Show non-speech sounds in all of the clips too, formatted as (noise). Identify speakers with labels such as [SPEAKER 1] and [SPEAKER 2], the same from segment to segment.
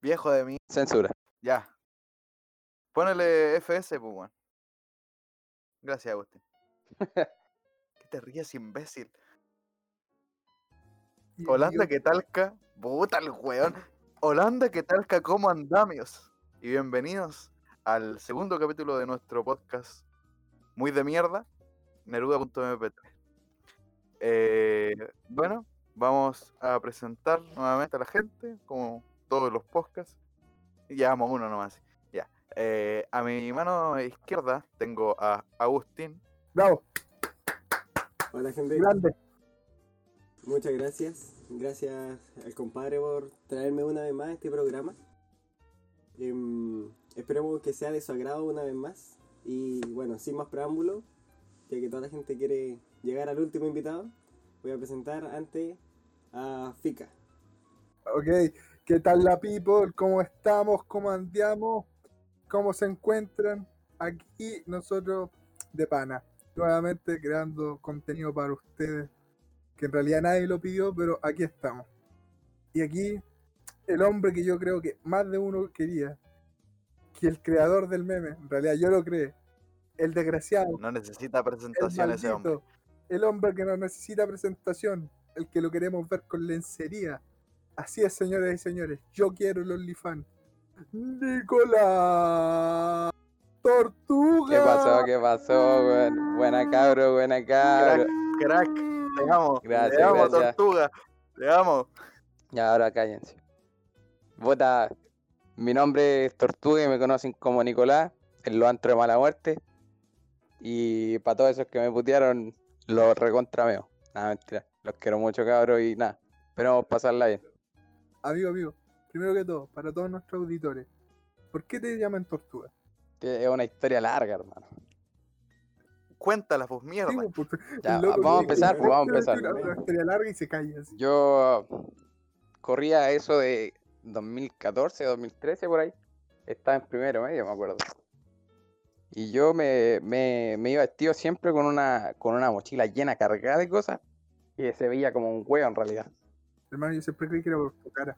[SPEAKER 1] Viejo de mí.
[SPEAKER 2] Censura.
[SPEAKER 1] Ya. Ponele FS, pues, weón. Gracias, Agustín. ¿Qué te ríes, imbécil? Holanda que talca. Puta el weón. Holanda que talca como andamios. Y bienvenidos al segundo capítulo de nuestro podcast. Muy de mierda. Neruda.mp3. Eh, bueno, vamos a presentar nuevamente a la gente, como todos los podcasts. Ya vamos uno nomás. Ya. Eh, a mi mano izquierda tengo a Agustín.
[SPEAKER 3] Bravo,
[SPEAKER 4] Hola gente,
[SPEAKER 3] grande.
[SPEAKER 4] muchas gracias. Gracias al compadre por traerme una vez más a este programa. Em, esperemos que sea de su agrado una vez más. Y bueno, sin más preámbulo, ya que toda la gente quiere llegar al último invitado, voy a presentar ante a Fica.
[SPEAKER 3] Ok, ¿qué tal la people? ¿Cómo estamos? ¿Cómo andamos? ¿Cómo se encuentran? Aquí nosotros de pana, nuevamente creando contenido para ustedes, que en realidad nadie lo pidió, pero aquí estamos. Y aquí el hombre que yo creo que más de uno quería, que el creador del meme, en realidad yo lo creé, el desgraciado,
[SPEAKER 1] No necesita
[SPEAKER 3] el
[SPEAKER 1] presentación ese hombre.
[SPEAKER 3] maldito, el hombre que no necesita presentación, el que lo queremos ver con lencería. Así es, señores y señores, yo quiero el OnlyFans. Nicolás Tortuga.
[SPEAKER 2] ¿Qué pasó? ¿Qué pasó? weón? Buena cabro, buena cabro.
[SPEAKER 1] Crack, crack, te amo.
[SPEAKER 2] Gracias,
[SPEAKER 1] te amo,
[SPEAKER 2] gracias.
[SPEAKER 1] tortuga. Te amo.
[SPEAKER 2] Ya, ahora cállense. Bota, mi nombre es Tortuga y me conocen como Nicolás, en los antros de mala muerte. Y para todos esos que me putearon, los recontrameo. Nada, mentira. Los quiero mucho, cabros, y nada. Esperamos pasarla bien.
[SPEAKER 3] Amigo, amigo, primero que todo, para todos nuestros auditores, ¿por qué te llaman Tortuga?
[SPEAKER 2] Que Es una historia larga, hermano.
[SPEAKER 1] Cuéntala, pues mierda.
[SPEAKER 3] Digo, por-
[SPEAKER 2] Ya,
[SPEAKER 3] el loco
[SPEAKER 2] vamos a
[SPEAKER 3] tiene
[SPEAKER 2] empezar, pues,
[SPEAKER 3] que-
[SPEAKER 2] vamos a empezar.
[SPEAKER 3] Una una historia larga y se calla. así.
[SPEAKER 2] Yo corría eso de 2014, 2013 por ahí. Estaba en primero medio, me acuerdo. Y yo me, me, me iba vestido siempre con una, con una mochila llena, cargada de cosas. Y se veía como un huevo en realidad.
[SPEAKER 3] Hermano, yo siempre creí que era por tu cara.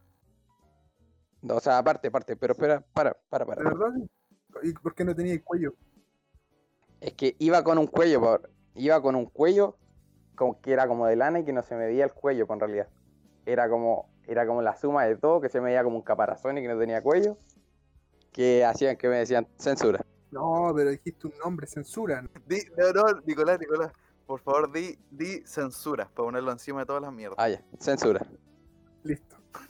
[SPEAKER 2] O sea, aparte, aparte, pero espera, para, para,
[SPEAKER 3] ¿De
[SPEAKER 2] para.
[SPEAKER 3] verdad? sí? ¿Y por qué no tenía el cuello?
[SPEAKER 2] Es que iba con un cuello, por, iba con un cuello como que era como de lana y que no se me veía el cuello, por en realidad. Era como, era como la suma de todo, que se me veía como un caparazón y que no tenía cuello, que hacían que me decían censura.
[SPEAKER 3] No, pero dijiste un nombre, censura.
[SPEAKER 1] Di, no, no, Nicolás, Nicolás. Por favor, di, di censura para ponerlo encima de todas las mierdas.
[SPEAKER 2] Ah, ya, censura.
[SPEAKER 3] Listo.
[SPEAKER 2] Ah.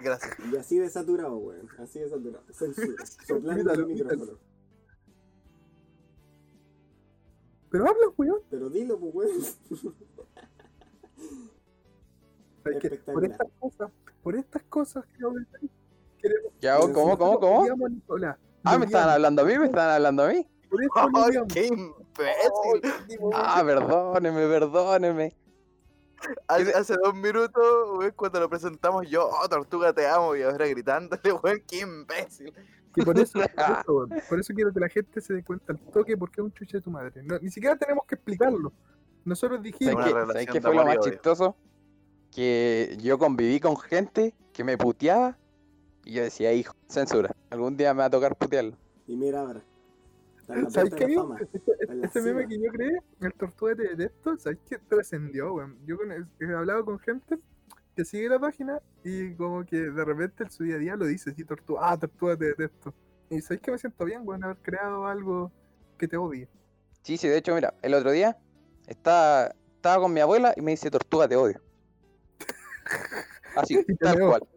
[SPEAKER 1] Gracias.
[SPEAKER 4] Y así de saturado, weón. Así de saturado.
[SPEAKER 3] (laughs)
[SPEAKER 4] Censura. Soplando
[SPEAKER 3] Quítalo,
[SPEAKER 4] el micrófono.
[SPEAKER 3] Pero habla, weón.
[SPEAKER 4] Pero dilo, pues weón. (laughs)
[SPEAKER 3] Es que por
[SPEAKER 4] Espectacular.
[SPEAKER 3] estas cosas, por estas cosas que no me- queremos-
[SPEAKER 2] ¿Qué hago? ¿Cómo, cómo, cómo?
[SPEAKER 3] Llamo a Nicolás.
[SPEAKER 2] Ah, me
[SPEAKER 3] Lo
[SPEAKER 2] estaban
[SPEAKER 3] llamo.
[SPEAKER 2] hablando a mí, me estaban hablando a mí.
[SPEAKER 3] Por eso lo
[SPEAKER 1] ¡Ay,
[SPEAKER 3] llamo.
[SPEAKER 1] qué imbécil!
[SPEAKER 2] Ah, perdóneme, perdóneme.
[SPEAKER 1] Hace, hace dos minutos, güey, cuando lo presentamos, yo, oh, tortuga, te amo, y ahora gritándole, (laughs) weón, qué imbécil.
[SPEAKER 3] Que por eso, por
[SPEAKER 2] (laughs)
[SPEAKER 3] eso, weón, por eso quiero que la gente se dé cuenta al toque porque es un chuche de tu madre. No, ni siquiera tenemos que explicarlo. Nosotros
[SPEAKER 2] ¿Sabes
[SPEAKER 3] dijimos,
[SPEAKER 1] Una
[SPEAKER 2] qué,
[SPEAKER 1] relación
[SPEAKER 2] sabes qué
[SPEAKER 1] de
[SPEAKER 2] fue lo
[SPEAKER 1] amor y
[SPEAKER 2] más
[SPEAKER 1] odio.
[SPEAKER 2] chistoso? Que yo conviví con gente que me puteaba y yo decía, hijo, censura. Algún día me va a tocar putearlo.
[SPEAKER 4] Y mira ahora. Está en la
[SPEAKER 3] ¿Sabes qué,
[SPEAKER 4] punta de la
[SPEAKER 3] amigo?
[SPEAKER 4] fama.
[SPEAKER 3] Este,
[SPEAKER 4] en la
[SPEAKER 3] este meme
[SPEAKER 4] cima.
[SPEAKER 3] que yo creé, el tortuga de, de esto, ¿sabes qué? Trascendió, weón. Yo con- he hablado con gente que sigue la página y como que de repente en su día a día lo dice, sí, tortuga, ah, tortuga de, de esto. Y ¿sabes que me siento bien, weón, haber creado algo que te odie.
[SPEAKER 2] Sí, sí, de hecho, mira, el otro día estaba, estaba con mi abuela y me dice, tortuga, te odio. Así,
[SPEAKER 3] Y (laughs) te
[SPEAKER 2] tal
[SPEAKER 3] meó,
[SPEAKER 2] cual.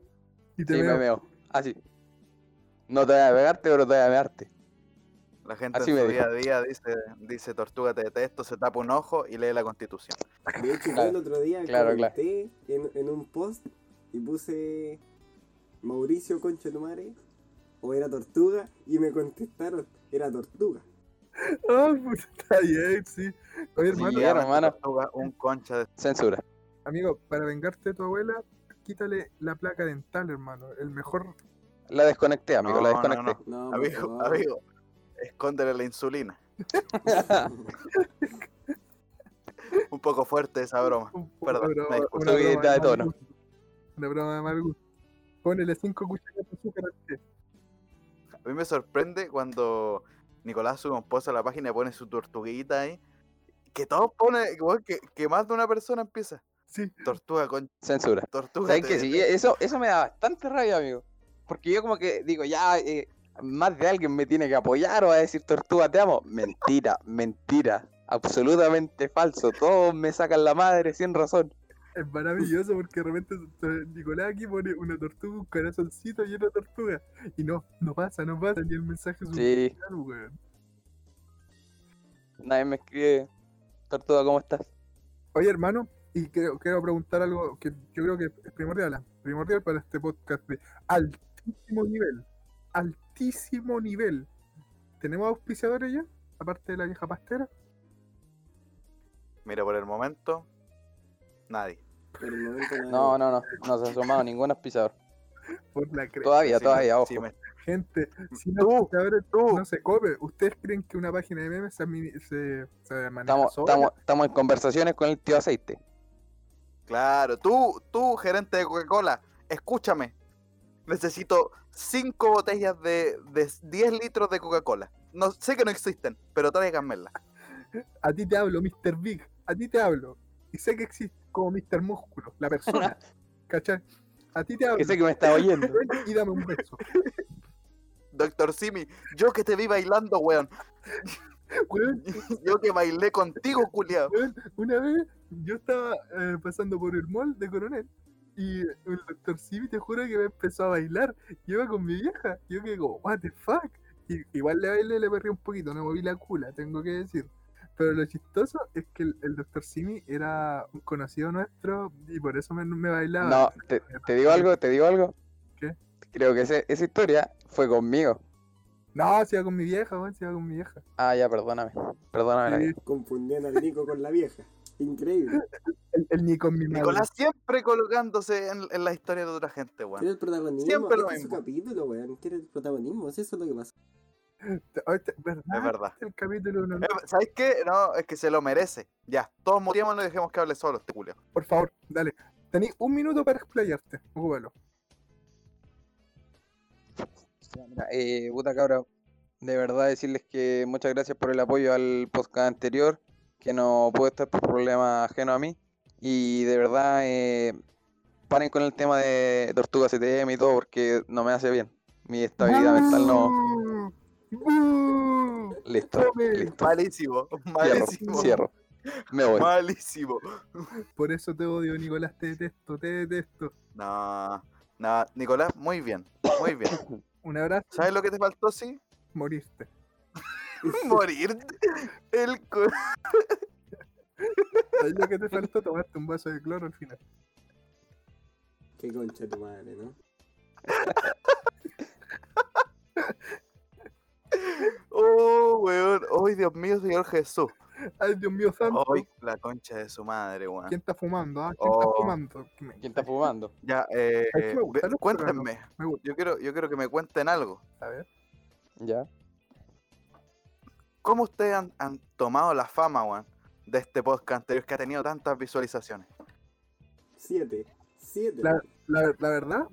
[SPEAKER 3] Y te
[SPEAKER 2] Sí, me
[SPEAKER 3] veo.
[SPEAKER 2] veo. Así. No te voy a pegarte, pero te voy a pegarte.
[SPEAKER 1] La gente
[SPEAKER 2] Así
[SPEAKER 1] en
[SPEAKER 2] me
[SPEAKER 1] su día a día dice, dice, tortuga, te detesto, se tapa un ojo y lee la constitución.
[SPEAKER 4] De hecho, yo
[SPEAKER 2] Claro,
[SPEAKER 4] el otro día
[SPEAKER 2] claro, claro.
[SPEAKER 4] comenté en, en un post y puse Mauricio Concha de tu madre, o era tortuga, y me contestaron, era tortuga.
[SPEAKER 3] (laughs) Ah, puta, está bien, sí. Oye,
[SPEAKER 2] Sí,
[SPEAKER 3] hermano,
[SPEAKER 1] Llama a esta
[SPEAKER 2] hermano.
[SPEAKER 1] Tortuga, un concha de...
[SPEAKER 2] Censura.
[SPEAKER 3] amigo, para vengarte de tu abuela, quítale la placa dental, hermano. El mejor.
[SPEAKER 2] La desconecté, amigo, la
[SPEAKER 1] No, no,
[SPEAKER 2] desconecté.
[SPEAKER 1] no.
[SPEAKER 4] No, por
[SPEAKER 1] Amigo,
[SPEAKER 4] favor.
[SPEAKER 1] amigo, escóndele la insulina. Un poco fuerte esa broma.
[SPEAKER 3] un-
[SPEAKER 1] Perdón,
[SPEAKER 3] (laughs) una
[SPEAKER 1] me disculpo.
[SPEAKER 3] una
[SPEAKER 2] Subida de
[SPEAKER 3] mal
[SPEAKER 2] tono.
[SPEAKER 3] gusto. Una broma de mal gusto. Ponele 5 cucharadas de azúcar al té.
[SPEAKER 1] A mí me sorprende cuando Nicolás sube un post a la página y pone su tortuguita ahí. Que todos ponen, weón, que, que más de una persona empieza.
[SPEAKER 3] Sí.
[SPEAKER 1] Tortuga con
[SPEAKER 2] Censura.
[SPEAKER 1] tortuga.
[SPEAKER 2] ¿Saben
[SPEAKER 1] te
[SPEAKER 2] qué? Sí, eh.
[SPEAKER 1] detesto".
[SPEAKER 2] eso, eso me da bastante rabia, amigo. Porque yo como que digo, ya, eh, más de alguien me tiene que apoyar o va a decir tortuga, te amo. Mentira, mentira. Absolutamente falso. Todos me sacan la madre sin razón.
[SPEAKER 3] Es maravilloso porque de repente eh, Nicolás aquí pone una tortuga, un corazoncito y otra tortuga. Y no, no pasa, no pasa, ni el mensaje
[SPEAKER 2] Sí,
[SPEAKER 3] subliminal, weón.
[SPEAKER 2] nadie me escribe. Tortuga, ¿cómo estás?
[SPEAKER 3] Oye, hermano, y quiero, quiero preguntar algo que yo creo que es primordial, ah, primordial para este podcast de altísimo nivel. Altísimo nivel. ¿Tenemos auspiciadores ya? Aparte de la vieja pastera.
[SPEAKER 1] Mira, por el momento, nadie.
[SPEAKER 4] (laughs) Por el momento
[SPEAKER 2] No, no, no. No se ha sumado ningún pisador.
[SPEAKER 3] Por la crema.
[SPEAKER 2] Todavía,
[SPEAKER 1] Si me-
[SPEAKER 2] todavía, ojo.
[SPEAKER 1] si me-
[SPEAKER 3] Gente,
[SPEAKER 2] Mm,
[SPEAKER 3] sin
[SPEAKER 1] Tú,
[SPEAKER 3] auspiciadores
[SPEAKER 1] tú.
[SPEAKER 3] no se come. ¿Ustedes creen que una página de memes se, admini- se, se maneja
[SPEAKER 2] Estamos,
[SPEAKER 3] sola?
[SPEAKER 2] estamos, estamos en conversaciones con el tío aceite.
[SPEAKER 1] Claro, tú, tú, gerente de Coca-Cola, escúchame. Necesito cinco botellas de, de 10 litros de Coca-Cola. No, sé que no existen, pero tráiganmela.
[SPEAKER 3] A ti te hablo, Mr. Big. A ti te hablo. Y sé que existe como Mr. Músculo, la persona. ¿Cachai? A ti te hablo.
[SPEAKER 2] Que sé que me está
[SPEAKER 3] (laughs)
[SPEAKER 2] oyendo.
[SPEAKER 3] Ven y dame un beso.
[SPEAKER 1] Doctor Simi, yo que te vi bailando, weón. (laughs)
[SPEAKER 3] Weón,
[SPEAKER 1] Yo que bailé contigo, culiao.
[SPEAKER 3] Weón, una vez yo estaba eh, pasando por el mall de Coronel y el doctor Simi te juro que me empezó a bailar. Yo iba con mi vieja. Yo que como, what the fuck. Y, igual le bailé, le perré un poquito, no moví la cula, tengo que decir. Pero lo chistoso es que el, doctor Simi era un conocido nuestro y por eso me, me bailaba.
[SPEAKER 2] No, te, te digo algo, te digo algo.
[SPEAKER 3] ¿Qué?
[SPEAKER 2] Creo que ese- esa historia fue conmigo.
[SPEAKER 3] No, se iba con mi vieja, weón, se iba con mi vieja.
[SPEAKER 2] Ah, ya, perdóname. Perdóname. la
[SPEAKER 3] Sí,
[SPEAKER 2] vida.
[SPEAKER 4] Confundiendo al Nico con la vieja. Increíble.
[SPEAKER 3] El, el ni con mi madre.
[SPEAKER 1] Nicolás siempre colocándose en, en la historia de otra gente, weón.
[SPEAKER 4] Quiere el protagonismo.
[SPEAKER 1] Siempre lo
[SPEAKER 4] este es su
[SPEAKER 1] mismo.
[SPEAKER 4] capítulo, weón. Quiere el protagonismo. Eso es lo que pasa.
[SPEAKER 3] Oh, este- ¿verdad?
[SPEAKER 1] Es verdad.
[SPEAKER 3] El capítulo uno, ¿no?
[SPEAKER 1] Eh, ¿Sabes qué? No, es que se lo merece. Ya, todos muteémonos y dejemos que hable solo este culio.
[SPEAKER 3] Por favor, dale. Tenés un minuto para explayarte. Ocúpalo.
[SPEAKER 2] Ya, mira, eh, puta cabra, de verdad decirles que muchas gracias por el apoyo al podcast anterior, que no pude estar por problemas ajenos a mí. Y de verdad, eh, paren con el tema de Tortuga CTM y todo, porque no me hace bien. Mi estabilidad
[SPEAKER 3] Ah.
[SPEAKER 2] mental no.
[SPEAKER 3] ¡Bú! ¡Bú!
[SPEAKER 2] Listo,
[SPEAKER 3] Come.
[SPEAKER 2] listo.
[SPEAKER 1] Malísimo,
[SPEAKER 2] Cierro,
[SPEAKER 1] malísimo.
[SPEAKER 2] cierro. Me voy.
[SPEAKER 1] Malísimo.
[SPEAKER 3] Por eso te odio, Nicolás, te detesto, te detesto.
[SPEAKER 1] No, no, Nicolás, muy bien, muy bien.
[SPEAKER 3] Un abrazo,
[SPEAKER 1] ¿Sabes lo que te faltó, sí?
[SPEAKER 3] (laughs) moriste.
[SPEAKER 1] Morirte. El cu-
[SPEAKER 3] ¿Sabes lo que te faltó? Tomarte un vaso de cloro al final.
[SPEAKER 4] Qué concha tu madre, ¿no?
[SPEAKER 1] Oh, weón. Ay, Dios mío, Señor Jesús.
[SPEAKER 3] Ay, Dios mío, santo.
[SPEAKER 1] Ay, la concha de su madre, weón.
[SPEAKER 3] ¿Quién está fumando? Ah? ¿Quién está
[SPEAKER 1] Oh.
[SPEAKER 3] fumando? Me,
[SPEAKER 2] ¿Quién está fumando?
[SPEAKER 1] Ya, eh,
[SPEAKER 3] Ay, sí me gustan
[SPEAKER 1] ve-
[SPEAKER 3] los
[SPEAKER 1] cuéntenme.
[SPEAKER 3] me gusta,
[SPEAKER 1] Yo quiero, yo quiero que me cuenten algo.
[SPEAKER 3] a ver.
[SPEAKER 2] Ya.
[SPEAKER 1] ¿Cómo ustedes han, han tomado la fama, weón, de este podcast anterior que ha tenido tantas visualizaciones?
[SPEAKER 4] Siete. Siete.
[SPEAKER 3] La, la- la verdad,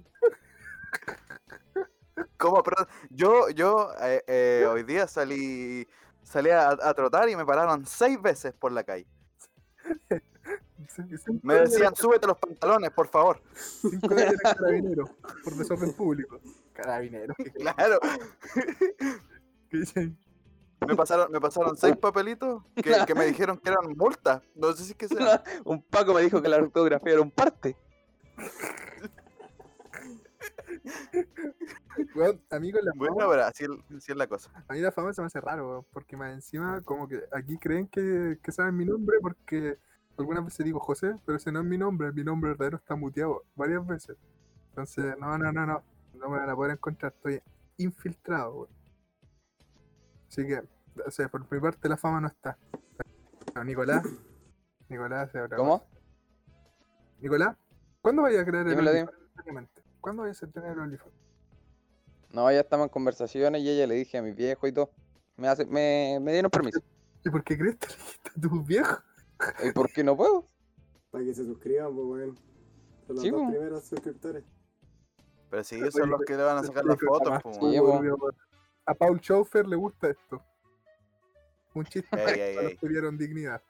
[SPEAKER 1] ¿Cómo? Pero yo, yo eh, eh, hoy día salí, salí a, a trotar y me pararon seis veces por la calle.
[SPEAKER 3] se- cinco
[SPEAKER 1] Me
[SPEAKER 3] días-
[SPEAKER 1] decían, súbete los pantalones, por favor. (laughs)
[SPEAKER 3] cinco días era carabinero por desorden público. Carabinero, que-
[SPEAKER 1] Claro.
[SPEAKER 3] que-
[SPEAKER 1] Me pasaron, me pasaron seis papelitos que, que me dijeron que eran multas. No sé si es que sean.
[SPEAKER 2] Un Paco me dijo que la ortografía era un parte.
[SPEAKER 3] Weón, a mí con la
[SPEAKER 1] Bueno,
[SPEAKER 3] fama-
[SPEAKER 1] pero así, es- así es la cosa.
[SPEAKER 3] A mí la fama se me hace raro, weón, porque más encima, como que aquí creen que, que saben mi nombre, porque algunas veces digo José, pero ese no es mi nombre, mi nombre verdadero está muteado varias veces. Entonces, no, no, no, no, no me van a poder encontrar, estoy infiltrado, weón. Así que, o sea, por mi parte la fama no está. Pero Nicolás, Nicolás, se habrá-
[SPEAKER 2] ¿Cómo?
[SPEAKER 3] Nicolás, ¿cuándo vaya a crear el
[SPEAKER 2] Dímelo,
[SPEAKER 3] OnlyFans? Exactamente. ¿Cuándo vayas a tener el OnlyFans?
[SPEAKER 2] No, ya estamos en conversaciones y ella le dije a mi viejo y todo. Me, hace, me, me dieron permiso.
[SPEAKER 3] ¿Y por qué crees que le dijiste a (laughs) tus viejos?
[SPEAKER 2] ¿Y por qué no puedo?
[SPEAKER 4] Para que se suscriban, pues, weón. Son los
[SPEAKER 2] Sí,
[SPEAKER 4] dos
[SPEAKER 2] po.
[SPEAKER 4] primeros suscriptores.
[SPEAKER 1] Pero si ellos son los que le van a sacar las
[SPEAKER 3] Chico,
[SPEAKER 1] fotos,
[SPEAKER 3] jamás
[SPEAKER 1] pues,
[SPEAKER 5] Sí,
[SPEAKER 1] weón.
[SPEAKER 5] po.
[SPEAKER 3] turbio, weón. A Paul Schaufer le gusta esto. Un chiste
[SPEAKER 1] Ey, ey,
[SPEAKER 3] a los
[SPEAKER 1] ey.
[SPEAKER 3] que vieron dignidad.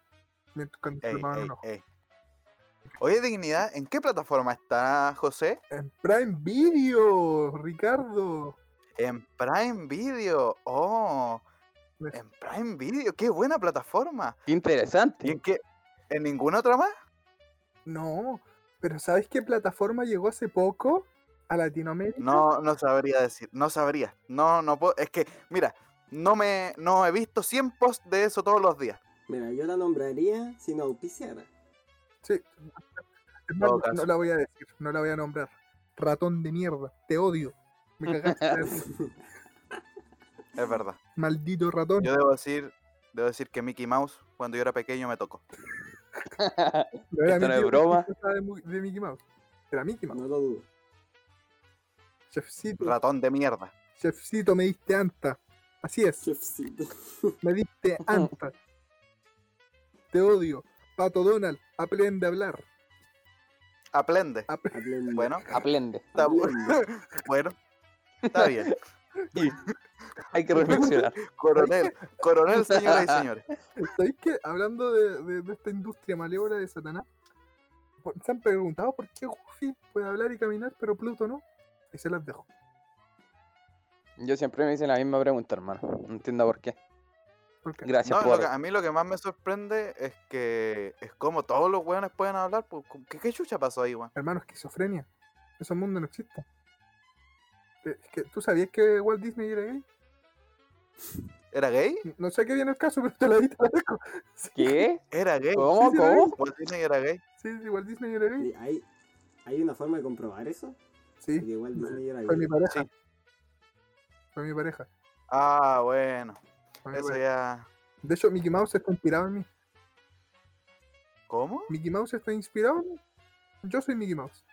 [SPEAKER 3] Mientras cuando se
[SPEAKER 1] Ey,
[SPEAKER 3] tomaban
[SPEAKER 1] ey,
[SPEAKER 3] un ojo.
[SPEAKER 1] ey. Oye, Dignidad, ¿en qué plataforma está José?
[SPEAKER 3] En Prime Video, Ricardo.
[SPEAKER 1] En Prime Video. Oh,
[SPEAKER 3] Me-
[SPEAKER 1] en Prime Video. Qué buena plataforma.
[SPEAKER 5] Qué
[SPEAKER 1] ¿Y
[SPEAKER 5] interesante.
[SPEAKER 1] en qué? ¿En ninguna otra más?
[SPEAKER 3] No, pero ¿sabes qué plataforma llegó hace poco a Latinoamérica?
[SPEAKER 1] No, no sabría decir. No sabría. No, no puedo. Es que, mira, no me, no he visto 100 posts de eso todos los días.
[SPEAKER 4] Mira, yo la nombraría si no auspiciara.
[SPEAKER 3] Sí. Es más,
[SPEAKER 1] todo
[SPEAKER 3] no-
[SPEAKER 1] caso.
[SPEAKER 3] no la voy a decir, no la voy a nombrar. Ratón de mierda, te odio.
[SPEAKER 1] (laughs)
[SPEAKER 3] Me cagaste,
[SPEAKER 1] Es verdad.
[SPEAKER 3] maldito ratón.
[SPEAKER 1] Yo debo decir, debo decir que Mickey Mouse, cuando yo era pequeño, me tocó.
[SPEAKER 3] Pero
[SPEAKER 5] Esto no
[SPEAKER 3] era
[SPEAKER 5] es
[SPEAKER 3] Mickey Mouse,
[SPEAKER 5] broma.
[SPEAKER 3] esta De, Mu- de Mickey Mouse. Era Mickey Mouse.
[SPEAKER 4] No lo dudo.
[SPEAKER 5] Mm.
[SPEAKER 3] Chefcito,
[SPEAKER 1] Ratón de mierda.
[SPEAKER 3] chefcito, me diste anta. Así es,
[SPEAKER 4] Chefcito.
[SPEAKER 3] me diste
[SPEAKER 5] Mm.
[SPEAKER 3] anta. Te odio. Pato Donald, aprende a hablar.
[SPEAKER 1] Aprende.
[SPEAKER 3] Apre-
[SPEAKER 4] Hablemos.
[SPEAKER 1] Bueno,
[SPEAKER 5] Aprende.
[SPEAKER 1] está bu- (laughs)
[SPEAKER 4] hablemos.
[SPEAKER 1] bueno. Está bien.
[SPEAKER 5] Hay que reflexionar.
[SPEAKER 1] Coronel, coronel, señoras y señores.
[SPEAKER 3] Eh, ¿Sabéis que hablando de, de- de esta industria malévola de Satanás, por- se han preguntado por qué Goofy puede hablar y caminar, pero Pluto no? Y se las dejo.
[SPEAKER 5] Yo siempre me hice la misma pregunta, hermano. No entiendo por qué.
[SPEAKER 3] ¿Por qué?
[SPEAKER 5] Gracias
[SPEAKER 1] No, lo
[SPEAKER 5] por.
[SPEAKER 1] que- a mí lo que más me sorprende es que es como todos los weones pueden hablar. pues, ¿cómo- ¿Qué, qué chucha pasó ahí, weón?
[SPEAKER 3] Hermano, esquizofrenia. Esos mundos no existen. Eh, Es que, ¿Tú sabías que Walt Disney era gay?
[SPEAKER 1] ¿Era gay?
[SPEAKER 3] No sé qué viene el caso, pero te la di, te la dejo. Sí,
[SPEAKER 5] ¿Qué?
[SPEAKER 1] Era gay.
[SPEAKER 5] ¿Cómo?
[SPEAKER 3] sí, sí, lo vi.
[SPEAKER 5] ¿Cómo?
[SPEAKER 1] Walt Disney era gay.
[SPEAKER 3] sí, sí, Walt Disney era gay.
[SPEAKER 4] ¿Y ¿Hay, ¿Hay una forma de comprobar eso?
[SPEAKER 3] Sí, Pues
[SPEAKER 4] Porque igual Disney era
[SPEAKER 3] fue mi
[SPEAKER 4] gay.
[SPEAKER 3] pareja.
[SPEAKER 1] Sí.
[SPEAKER 3] Fue mi pareja.
[SPEAKER 1] Ah, bueno.
[SPEAKER 3] fue mi
[SPEAKER 1] Eso
[SPEAKER 3] pareja.
[SPEAKER 1] ya.
[SPEAKER 3] De hecho, Mickey Mouse está inspirado en mí.
[SPEAKER 1] ¿Cómo?
[SPEAKER 3] Mickey Mouse está inspirado en mí. Yo soy Mickey Mouse.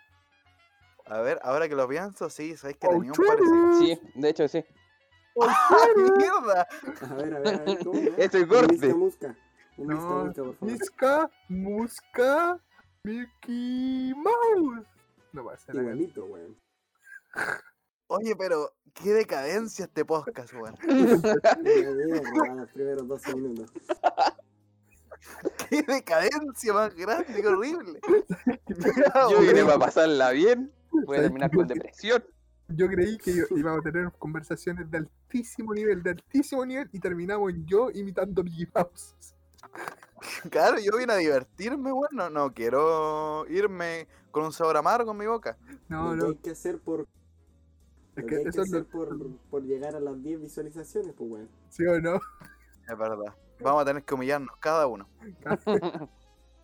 [SPEAKER 1] A ver, ahora que lo pienso, sí, sabéis que
[SPEAKER 3] Oh,
[SPEAKER 1] tenía un
[SPEAKER 3] chulo. (laughs)
[SPEAKER 1] parecido.
[SPEAKER 5] Sí, de hecho sí.
[SPEAKER 1] ¡Ah, mierda!
[SPEAKER 4] A ver, a ver, a ver.
[SPEAKER 3] (laughs)
[SPEAKER 4] ¿Cómo? era?
[SPEAKER 5] Esto es
[SPEAKER 4] Un
[SPEAKER 5] corte.
[SPEAKER 4] Misca Musca. Un Misca
[SPEAKER 3] No,
[SPEAKER 4] Musca, por favor.
[SPEAKER 3] Misca, Musca, Mickey Mouse. No va a ser la canción.
[SPEAKER 4] Igualito, weón.
[SPEAKER 1] Oye, pero qué decadencia este podcast, weón. (laughs)
[SPEAKER 4] Una mierda, los primeros 12 minutos.
[SPEAKER 1] Qué decadencia más grande, qué horrible. Ya,
[SPEAKER 5] Yo vine
[SPEAKER 1] weón.
[SPEAKER 5] para pasarla bien. Voy a
[SPEAKER 3] ¿Sabes
[SPEAKER 5] terminar
[SPEAKER 3] qué?
[SPEAKER 5] con depresión.
[SPEAKER 3] (laughs) Yo creí que yo- íbamos a tener conversaciones de altísimo nivel, de altísimo nivel, y terminamos en yo imitando a Mickey Mouse.
[SPEAKER 1] Claro, yo vine a divertirme, weón. No, no quiero irme con un sabor amargo en mi boca.
[SPEAKER 3] No,
[SPEAKER 4] lo que
[SPEAKER 3] no,
[SPEAKER 4] hay que hacer por,
[SPEAKER 3] es
[SPEAKER 4] lo
[SPEAKER 3] que
[SPEAKER 4] que hay que
[SPEAKER 3] eso es
[SPEAKER 4] hacer
[SPEAKER 3] lo.
[SPEAKER 4] por, por llegar a las 10 visualizaciones, pues weón.
[SPEAKER 3] ¿Sí o no?
[SPEAKER 1] Es verdad. Vamos a tener que humillarnos cada uno.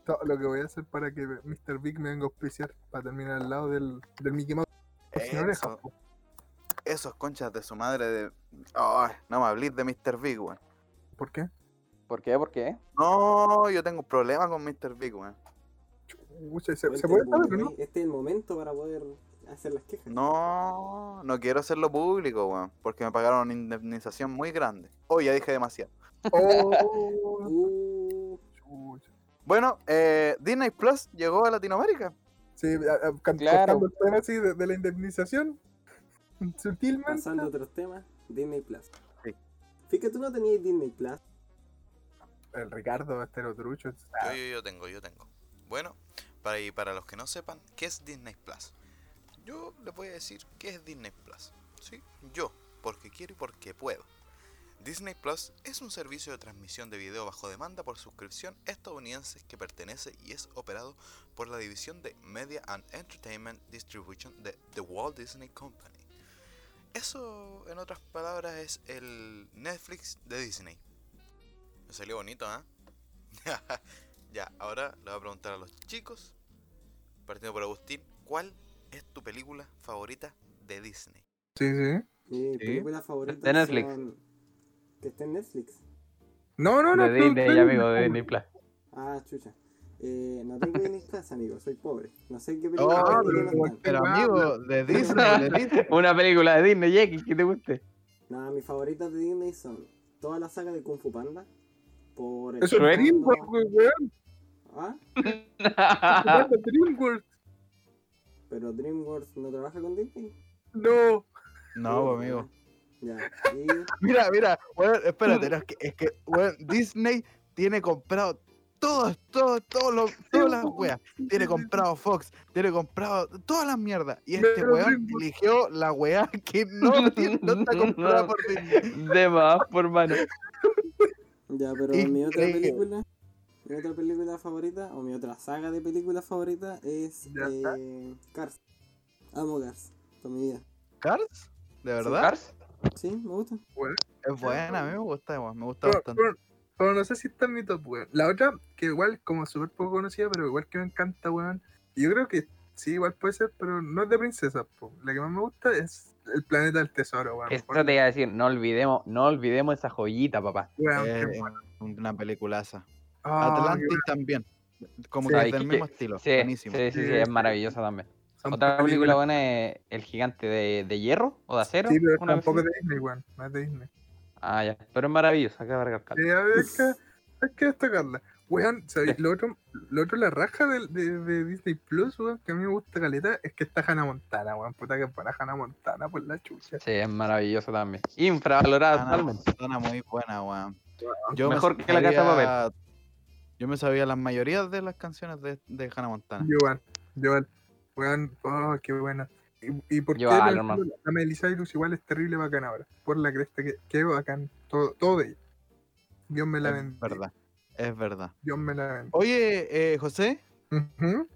[SPEAKER 3] Todo lo que voy a hacer para que Mr. Big me venga a auspiciar para terminar al lado del, del Mickey Mouse. sin orejas,
[SPEAKER 1] Eso,
[SPEAKER 3] po.
[SPEAKER 1] esos conchas de su madre de. Ay, no me hablís de Mr. Big, weón.
[SPEAKER 3] ¿Por qué?
[SPEAKER 5] ¿Por qué? ¿Por qué?
[SPEAKER 1] No, yo tengo un problema con Mr. Big, weón.
[SPEAKER 3] Chucha, ¿se,
[SPEAKER 4] Weón,
[SPEAKER 3] se puede
[SPEAKER 4] tengo
[SPEAKER 3] saber o
[SPEAKER 4] un-
[SPEAKER 3] no?
[SPEAKER 4] Este es el momento para poder hacer las quejas.
[SPEAKER 1] No, no quiero hacerlo público, weón. Porque me pagaron una indemnización muy grande. Oh, ya dije demasiado.
[SPEAKER 3] Oh,
[SPEAKER 4] Uh,
[SPEAKER 3] chucha.
[SPEAKER 1] Bueno, eh, Disney Plus llegó a Latinoamérica.
[SPEAKER 3] Sí, a- a- can-
[SPEAKER 5] Claro.
[SPEAKER 3] cortando el tema así de, de la indemnización. Sutilmente.
[SPEAKER 4] pasando a otros temas, Disney Plus.
[SPEAKER 1] Sí.
[SPEAKER 4] Fíjate, tú no tenías Disney Plus.
[SPEAKER 3] El Ricardo, este lo trucho. es-
[SPEAKER 1] Yo, yo, yo tengo, yo tengo. Bueno, para, y para los que no sepan, ¿qué es Disney Plus? Yo les voy a decir qué es Disney Plus. ¿sí? Yo, porque quiero y porque puedo. Disney Plus es un servicio de transmisión de video bajo demanda por suscripción estadounidense que pertenece y es operado por la división de Media and Entertainment Distribution de The Walt Disney Company. Eso, en otras palabras, es el Netflix de Disney. Me salió bonito, ¿ah? (laughs) ya, ahora le voy a preguntar a los chicos, partiendo por Agustín, ¿cuál es tu película favorita de Disney?
[SPEAKER 3] Sí, sí.
[SPEAKER 4] Mi película favorita
[SPEAKER 5] Está en Netflix.
[SPEAKER 4] son- Que está en Netflix.
[SPEAKER 3] No, no, no.
[SPEAKER 2] De
[SPEAKER 3] tú-
[SPEAKER 2] Disney,
[SPEAKER 3] tú-
[SPEAKER 2] amigo, de Disney Plus.
[SPEAKER 4] Ah, chucha. Eh, no tengo Disney Plus, amigo, soy pobre. No sé qué
[SPEAKER 2] Oh,
[SPEAKER 4] película.
[SPEAKER 3] Ah, pero
[SPEAKER 4] no,
[SPEAKER 3] igual-
[SPEAKER 2] Pero amigo, (laughs) de
[SPEAKER 4] Disney,
[SPEAKER 2] Disney, de Disney. Una película de Disney, Jackie, que
[SPEAKER 5] (laughs)
[SPEAKER 2] te guste.
[SPEAKER 4] no, mis favoritas de Disney son toda la saga de Kung Fu Panda. Por el
[SPEAKER 3] Eso es
[SPEAKER 2] Shrek.
[SPEAKER 3] DreamWorks,
[SPEAKER 4] fondo-
[SPEAKER 3] weón,
[SPEAKER 2] (laughs)
[SPEAKER 3] weón.
[SPEAKER 4] Ah,
[SPEAKER 3] Eso es DreamWorks.
[SPEAKER 4] pero DreamWorks no trabaja con Disney. Eh,
[SPEAKER 3] No.
[SPEAKER 6] No, pues, amigo.
[SPEAKER 4] Ya. Y
[SPEAKER 6] (laughs) Mira, mira, weón, espérate, no, es que, es que weón, Disney tiene comprado todos, todos, todos los, todas las weas. Tiene comprado Fox, tiene comprado todas las mierdas. Y este
[SPEAKER 3] Menos
[SPEAKER 6] weón
[SPEAKER 3] Dreamworks.
[SPEAKER 6] eligió la wea que
[SPEAKER 3] (laughs)
[SPEAKER 6] no, tiene- no está
[SPEAKER 2] (laughs)
[SPEAKER 6] comprada por Disney.
[SPEAKER 2] De más, por mano.
[SPEAKER 4] Ya, pero mi otra
[SPEAKER 6] Increíble.
[SPEAKER 4] película, mi otra película favorita, o mi otra saga de películas favorita es
[SPEAKER 3] Ya está.
[SPEAKER 4] eh, Cars. Amo Cars, con mi vida.
[SPEAKER 6] ¿Cars? ¿De verdad?
[SPEAKER 2] ¿Cars?
[SPEAKER 4] Sí, me gusta.
[SPEAKER 6] Es buena, a mí me gusta, weón, me gusta
[SPEAKER 3] Pero,
[SPEAKER 6] bastante.
[SPEAKER 3] pero- pero no sé si está en mi top, weón. La otra, que igual como súper poco conocida, pero igual que me encanta, weón. y Yo creo que sí, igual puede ser, pero no es de princesas, po. La que más me gusta es El Planeta del Tesoro, weón.
[SPEAKER 2] Esto
[SPEAKER 3] Por-
[SPEAKER 2] te iba a decir, no olvidemos, no olvidemos esa joyita, papá.
[SPEAKER 3] weón, qué
[SPEAKER 2] eh,
[SPEAKER 6] Es
[SPEAKER 3] bueno.
[SPEAKER 6] una peliculaza.
[SPEAKER 3] Ah,
[SPEAKER 6] Atlantis también. Como
[SPEAKER 3] Sí.
[SPEAKER 6] que
[SPEAKER 2] Ay,
[SPEAKER 6] es del
[SPEAKER 2] que-
[SPEAKER 6] mismo estilo.
[SPEAKER 2] Sí,
[SPEAKER 6] Buenísimo.
[SPEAKER 2] sí, sí, sí,
[SPEAKER 3] Sí,
[SPEAKER 2] es
[SPEAKER 3] sí.
[SPEAKER 2] maravillosa también.
[SPEAKER 3] son
[SPEAKER 2] Otra película
[SPEAKER 3] películas-
[SPEAKER 2] buena es El gigante de, de hierro o de acero.
[SPEAKER 3] Sí, pero
[SPEAKER 2] una vez
[SPEAKER 3] tampoco es
[SPEAKER 2] así.
[SPEAKER 3] de Disney, weón. No es de Disney.
[SPEAKER 2] Ah, ya. Pero es maravillosa, que verga
[SPEAKER 3] Eh, a ver, es que, hay que destacarla. Weón, ¿sabéis? Lo otro, lo otro, la raja de, de, de Disney Plus, weón, que a mí me gusta caleta, es que está Hannah Montana, weón. Puta que para Hannah Montana, por la chucha.
[SPEAKER 2] Sí, es maravillosa también. Infravalorada
[SPEAKER 6] Ana
[SPEAKER 2] totalmente.
[SPEAKER 6] Montana muy buena, weón. Yo me
[SPEAKER 2] Mejor que la Casa de Papel.
[SPEAKER 6] sabía- Yo me sabía las mayorías de las canciones de, de Hannah Montana.
[SPEAKER 3] Yo, weón, yo, weón. Weón, oh, qué buena. Y, y por qué
[SPEAKER 2] Yo,
[SPEAKER 3] por
[SPEAKER 2] ah,
[SPEAKER 3] ejemplo,
[SPEAKER 2] normal.
[SPEAKER 3] la Miley Cyrus igual es terrible bacán ahora. Por la cresta, que, qué bacán. Todo, todo de ella. Dios me la
[SPEAKER 6] Es
[SPEAKER 3] bendiga.
[SPEAKER 6] verdad, es verdad.
[SPEAKER 3] Dios me la bendiga.
[SPEAKER 6] Oye, eh, José,
[SPEAKER 3] Ujú.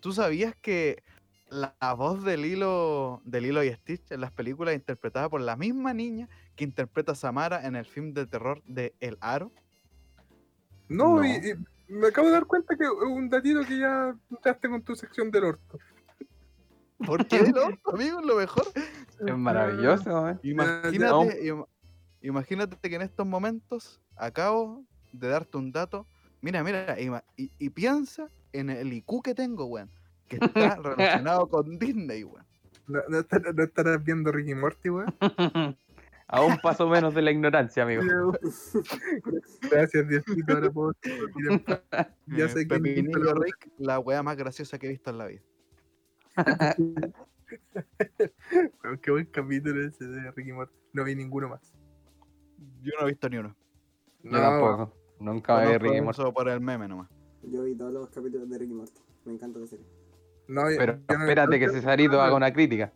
[SPEAKER 6] ¿tú sabías que la voz de Lilo, de Lilo y Stitch en las películas es interpretada por la misma niña que interpreta a Samara en el film de terror de El Aro?
[SPEAKER 3] No,
[SPEAKER 6] No.
[SPEAKER 3] Y, y me acabo de dar cuenta que es un datito que ya entraste con tu sección del orto. (laughs)
[SPEAKER 6] ¿Por qué del orto, amigo? Es lo mejor.
[SPEAKER 2] Es maravilloso, (laughs) ¿eh?
[SPEAKER 6] Imagínate, im- imagínate que en estos momentos acabo de darte un dato. Mira, mira, ima- y, y piensa en el IQ que tengo, weón. Que
[SPEAKER 3] (laughs)
[SPEAKER 6] está relacionado con Disney, weón.
[SPEAKER 3] No, no estar- no estarás viendo Ricky
[SPEAKER 2] (laughs)
[SPEAKER 3] Morty, weón.
[SPEAKER 2] A un paso menos de la ignorancia, amigo.
[SPEAKER 3] (laughs) Gracias, Diosito. Ahora puedo dormir en paz. Ya
[SPEAKER 6] Eh,
[SPEAKER 3] sé que
[SPEAKER 6] Pepinillo
[SPEAKER 3] invito a la-
[SPEAKER 6] Rick, la weá más graciosa que he visto en la vida.
[SPEAKER 2] Ah.
[SPEAKER 3] Weón, Qué buen capítulo ese de Ricky Morty. No vi ninguno más.
[SPEAKER 6] Yo no he visto ni uno.
[SPEAKER 2] Yo tampoco. Nunca me vi
[SPEAKER 6] Conozco
[SPEAKER 2] Ricky
[SPEAKER 6] uno
[SPEAKER 2] Morty.
[SPEAKER 6] Solo por el meme nomás.
[SPEAKER 4] Yo vi todos los capítulos de Ricky Morty. Me encanta la serie.
[SPEAKER 3] No, yo-
[SPEAKER 2] Pero
[SPEAKER 3] yo no-
[SPEAKER 2] espérate que Cesarito haga una crítica.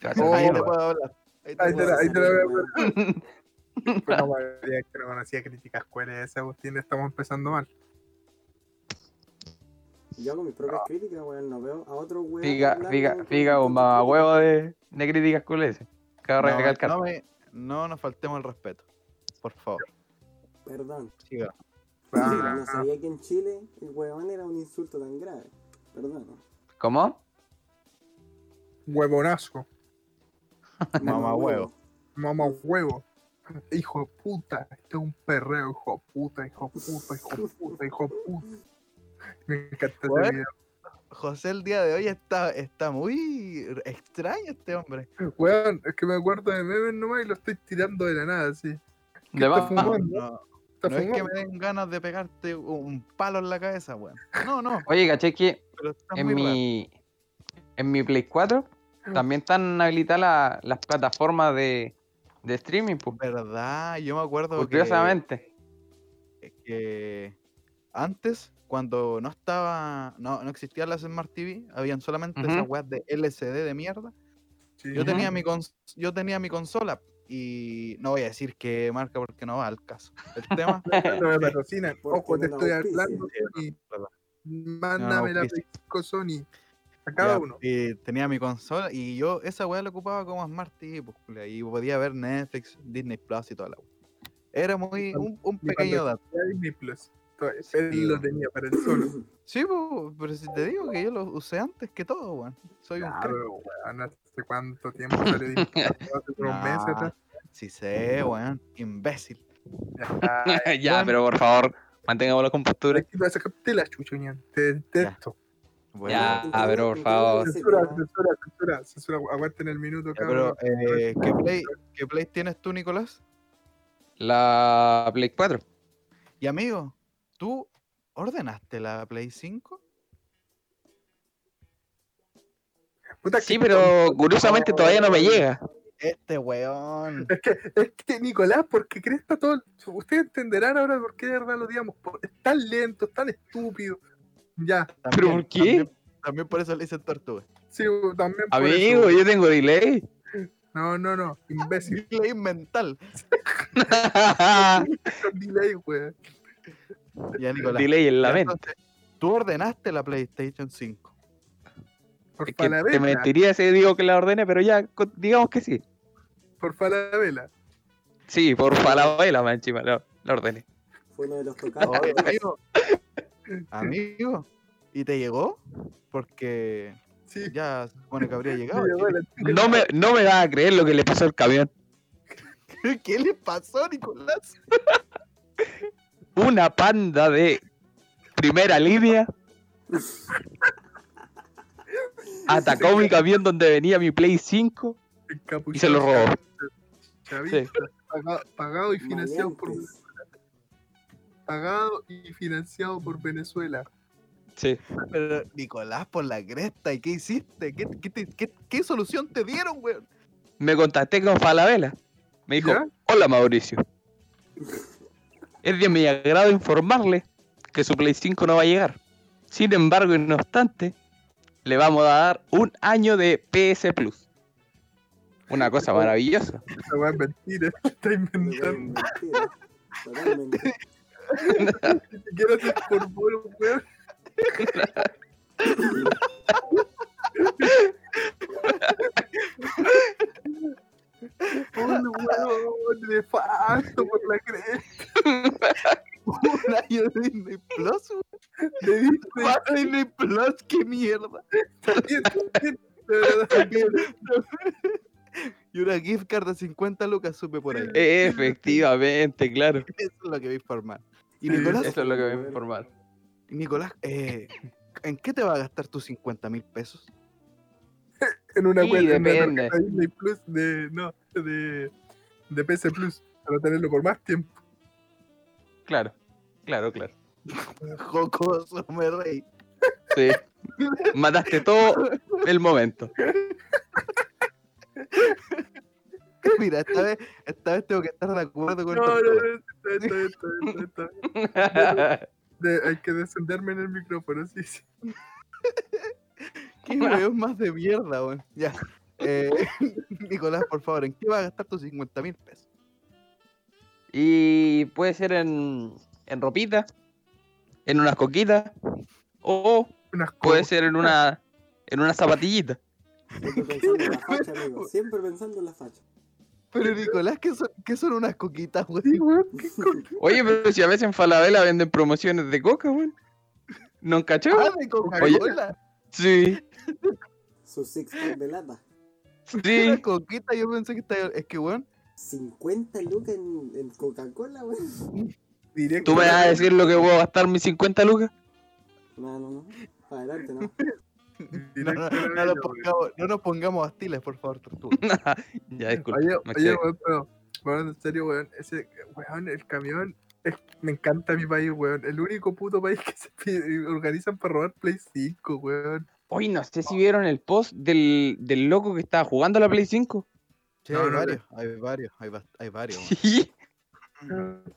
[SPEAKER 2] Te va a hacer
[SPEAKER 3] Oh,
[SPEAKER 6] ahí te
[SPEAKER 2] mierda.
[SPEAKER 6] puedo hablar. Ahí te
[SPEAKER 3] Ahí
[SPEAKER 6] puedo
[SPEAKER 3] te la-
[SPEAKER 6] hablar.
[SPEAKER 3] ahí te la veo.
[SPEAKER 4] Bueno,
[SPEAKER 3] Fue
[SPEAKER 6] (laughs)
[SPEAKER 3] una barbaridad que Pues no conocía críticas. ¿Cuál es esa, Agustín? Estamos empezando mal.
[SPEAKER 4] Yo hago mis propias críticas, weón. No veo a otro weón.
[SPEAKER 2] Figa,
[SPEAKER 4] hablando
[SPEAKER 2] figa,
[SPEAKER 4] con- este
[SPEAKER 2] figa
[SPEAKER 4] con
[SPEAKER 2] un
[SPEAKER 4] sus críticas.
[SPEAKER 2] mamahuevo de, de críticas culeses. Cabe
[SPEAKER 6] No,
[SPEAKER 2] recalcar.
[SPEAKER 6] no me- no nos faltemos el respeto. Por favor.
[SPEAKER 4] Perdón.
[SPEAKER 6] Siga.
[SPEAKER 3] Ah,
[SPEAKER 4] No sabía que en Chile el weón era un insulto tan grave. Perdón.
[SPEAKER 2] ¿Cómo?
[SPEAKER 3] Huevonazo.
[SPEAKER 6] Mamahuevo.
[SPEAKER 3] Mamá huevo. Hijo de puta. Esto es un perreo. Hijo de puta. Hijo de puta. Hijo de puta. Hijo de puta. Me encanta ese
[SPEAKER 6] Bueno,
[SPEAKER 3] video.
[SPEAKER 6] José el día de hoy está, está muy extraño este hombre.
[SPEAKER 3] Weón, es que me acuerdo de memes nomás y lo estoy tirando de la nada, así.
[SPEAKER 2] De
[SPEAKER 3] está
[SPEAKER 2] más.
[SPEAKER 3] fumando?
[SPEAKER 6] No,
[SPEAKER 3] Está
[SPEAKER 6] Ah, no es que
[SPEAKER 3] fumando.
[SPEAKER 6] me den ganas de pegarte un palo en la cabeza, weón. No, no,
[SPEAKER 2] (laughs) Oye, caché que
[SPEAKER 6] pero está
[SPEAKER 2] en
[SPEAKER 6] muy raro.
[SPEAKER 2] mi, en mi Play 4 también están habilitadas la- las plataformas de, de streaming, pues.
[SPEAKER 6] ¿Verdad? Yo me acuerdo que,
[SPEAKER 2] Curiosamente.
[SPEAKER 6] que antes, cuando no estaba, no, no existía la Smart TV, habían solamente esas
[SPEAKER 2] Ujú.
[SPEAKER 6] weas de LCD de mierda.
[SPEAKER 3] Sí.
[SPEAKER 6] Yo
[SPEAKER 2] Ujú.
[SPEAKER 6] tenía mi cons- yo tenía mi consola y no voy a decir qué marca porque no va al caso. El
[SPEAKER 3] (laughs)
[SPEAKER 6] tema
[SPEAKER 3] No me patrocinan.
[SPEAKER 4] Porque
[SPEAKER 3] Ojo, te
[SPEAKER 4] no
[SPEAKER 3] estoy
[SPEAKER 4] auspicia.
[SPEAKER 3] hablando y
[SPEAKER 6] Perdón.
[SPEAKER 3] mándame la
[SPEAKER 6] auspicia.
[SPEAKER 3] pico Sony. A cada
[SPEAKER 6] Ya,
[SPEAKER 3] uno.
[SPEAKER 6] eh, tenía mi consola y yo esa weá la ocupaba como Smart TV, pues, culia, y podía ver Netflix, Disney Plus y toda la weá. Era muy
[SPEAKER 3] fan-
[SPEAKER 6] un, un
[SPEAKER 3] mi
[SPEAKER 6] pequeño
[SPEAKER 3] fan
[SPEAKER 6] dato.
[SPEAKER 3] Ya Disney Plus. Todo-
[SPEAKER 6] Sí,
[SPEAKER 3] Él lo
[SPEAKER 6] weón.
[SPEAKER 3] tenía para él solo.
[SPEAKER 2] (laughs)
[SPEAKER 6] Sí, po, pero si te digo que yo lo usé antes que todo, weón. Soy un
[SPEAKER 3] Ah,
[SPEAKER 6] crack.
[SPEAKER 3] pero, weón, hace cuánto tiempo salió Disney
[SPEAKER 2] (laughs)
[SPEAKER 3] Plus. Hace unos meses atrás.
[SPEAKER 6] Sí sé, weón. Imbécil.
[SPEAKER 3] Ay,
[SPEAKER 2] (laughs) ya, pero por favor, mantengamos la compostura.
[SPEAKER 3] aquí vas a sacarte la chuchuña. Te detesto.
[SPEAKER 6] Bueno,
[SPEAKER 2] Ya,
[SPEAKER 6] ya,
[SPEAKER 2] Ah, pero por favor.
[SPEAKER 3] Censura, censura, censura, censura. Aguanten el minuto, cabrón.
[SPEAKER 6] pero eh, ¿qué, play, ¿qué play tienes tú, Nicolás?
[SPEAKER 2] La Play 4.
[SPEAKER 6] Y amigo, ¿tú ordenaste la Play 5?
[SPEAKER 3] Puta,
[SPEAKER 2] Sí,
[SPEAKER 3] que-
[SPEAKER 2] pero curiosamente todavía no me llega.
[SPEAKER 7] Este weón.
[SPEAKER 3] Es que, es que Nicolás, porque cresta todo. Ustedes entenderán ahora por qué de verdad lo digamos. por- Es tan lento, es tan estúpido. Ya,
[SPEAKER 2] ¿Pero por qué?
[SPEAKER 6] También, también por eso le dicen tortuga.
[SPEAKER 3] sí, también. por
[SPEAKER 2] Amigo,
[SPEAKER 3] eso.
[SPEAKER 2] yo tengo delay.
[SPEAKER 3] No, no, no, imbécil.
[SPEAKER 6] (laughs) Ley mental.
[SPEAKER 3] con delay, weón.
[SPEAKER 6] Ya,
[SPEAKER 2] (laughs)
[SPEAKER 6] Nicolás.
[SPEAKER 2] delay en la
[SPEAKER 6] Ya,
[SPEAKER 2] mente.
[SPEAKER 6] entonces, Tú ordenaste la PlayStation
[SPEAKER 2] (laughs)
[SPEAKER 6] 5.
[SPEAKER 3] Por
[SPEAKER 2] Es que te
[SPEAKER 3] Falabella,
[SPEAKER 2] mentiría si digo que la ordené, pero ya, co- digamos que sí.
[SPEAKER 3] por Falabella.
[SPEAKER 2] Sí, por falabela, más encima, la, la ordené.
[SPEAKER 4] Fue uno de los tocados.
[SPEAKER 6] Oye, amigo. Amigo. ¿Y te llegó? Porque
[SPEAKER 3] Sí,
[SPEAKER 6] ya se supone que
[SPEAKER 3] (laughs)
[SPEAKER 6] habría
[SPEAKER 2] (laughs)
[SPEAKER 6] llegado.
[SPEAKER 3] llegó la-
[SPEAKER 2] No me, no me vas a creer lo que le pasó al camión.
[SPEAKER 6] ¿Qué, qué le pasó, Nicolás?
[SPEAKER 2] Una panda de primera línea atacó mi camión donde venía mi Play 5 y se lo robó.
[SPEAKER 3] Chavista,
[SPEAKER 2] Sí.
[SPEAKER 3] paga- pagado y financiado por
[SPEAKER 4] Maleantes.
[SPEAKER 3] pagado y financiado por Venezuela.
[SPEAKER 2] Sí.
[SPEAKER 6] Pero, Nicolás, por la cresta, ¿y qué hiciste? ¿Qué, qué, te- qué- qué solución te dieron, weón? (laughs)
[SPEAKER 2] Me contacté con Falabella. Me dijo,
[SPEAKER 3] ¿Ya?
[SPEAKER 2] hola Mauricio. Es de mi agrado informarle que su Play 5 no va a llegar. Sin embargo, y no obstante, le vamos a dar un año de PS Plus. Una cosa maravillosa.
[SPEAKER 3] Esa weá es mentira, (laughs) se está
[SPEAKER 4] Lo voy a
[SPEAKER 3] inventando.
[SPEAKER 4] invertir, Totalmente.
[SPEAKER 3] Ni siquiera se formó, weón. Un weón nefasto por la creencia.
[SPEAKER 6] Un año de Disney Plus, weón.
[SPEAKER 3] Le diste
[SPEAKER 2] (laughs)
[SPEAKER 6] ¿Cuál Disney Plus? ¿Qué mierda?
[SPEAKER 3] bien, bien, de verdad, bien.
[SPEAKER 6] Y una gift card de 50 lucas supe por ahí.
[SPEAKER 2] Efectivamente, claro.
[SPEAKER 6] Eso es lo que voy a informar. Y Nicolás,
[SPEAKER 2] Eso es lo que voy a informar.
[SPEAKER 6] Nicolás eh, ¿en qué te va a gastar tus 50 mil pesos?
[SPEAKER 3] En una
[SPEAKER 2] Sí,
[SPEAKER 3] cuenta en la
[SPEAKER 2] depende.
[SPEAKER 3] tarjeta Disney Plus de. No, de. De PC Plus. Para tenerlo por más tiempo.
[SPEAKER 2] Claro, claro, claro.
[SPEAKER 6] Jocoso, me reí. (laughs)
[SPEAKER 2] Sí. Mataste todo el momento.
[SPEAKER 6] Mira, esta vez, esta vez tengo que estar de acuerdo con
[SPEAKER 3] No, no,
[SPEAKER 6] Tortuga.
[SPEAKER 3] no, está, está, está, está, está. De- hay que descenderme en el micrófono, sí, sí.
[SPEAKER 6] ¿Qué weón más de mierda, weón? Ya. Eh, (laughs) Nicolás, por favor, ¿en qué vas a gastar tus 50 mil pesos?
[SPEAKER 2] Y puede ser en, en ropita, en unas coquitas, o
[SPEAKER 3] Unas
[SPEAKER 2] puede
[SPEAKER 3] cosas.
[SPEAKER 2] ser en una, en una zapatillita.
[SPEAKER 4] Siempre pensando en la facha, amigo. Siempre pensando en la facha. (laughs)
[SPEAKER 6] Pero Nicolás, ¿qué son, qué son unas coquitas, weón?
[SPEAKER 3] Sí, weón.
[SPEAKER 2] Oye, pero si a veces en Falabella venden promociones de coca, weón. ¿No cachó?
[SPEAKER 6] Ah, de Coca-Cola.
[SPEAKER 2] Sí,
[SPEAKER 4] Su six pack de lata.
[SPEAKER 6] Una
[SPEAKER 2] sí.
[SPEAKER 6] coquita, yo pensé que estaba... Es que, weón,
[SPEAKER 4] 50 lucas en, en Coca-Cola, weón.
[SPEAKER 3] Directo.
[SPEAKER 2] ¿Tú me vas a decir lo que puedo gastar mis 50 lucas?
[SPEAKER 4] No, no, no.
[SPEAKER 3] (laughs)
[SPEAKER 4] Adelante, no.
[SPEAKER 6] (laughs) no,
[SPEAKER 3] Directo
[SPEAKER 6] no,
[SPEAKER 3] a
[SPEAKER 6] no
[SPEAKER 3] la vena,
[SPEAKER 6] nos
[SPEAKER 3] weón.
[SPEAKER 6] pongamos, no nos pongamos hostiles, por favor, Tortuga.
[SPEAKER 2] Ya, disculpa.
[SPEAKER 3] Oye,
[SPEAKER 2] me
[SPEAKER 3] oye,
[SPEAKER 2] excedí.
[SPEAKER 3] weón, pero, weón, en serio, weón, ese, weón, el camión, es- me encanta mi país, weón, el único puto país que se pide- (laughs) organizan para robar Play 5, weón.
[SPEAKER 2] Oye, no sé si vieron el post del, del loco que estaba jugando a la Play 5.
[SPEAKER 6] Sí,
[SPEAKER 3] No,
[SPEAKER 6] hay,
[SPEAKER 3] no,
[SPEAKER 6] varios, hay varios, hay bast- hay varios, weón.
[SPEAKER 2] Mm.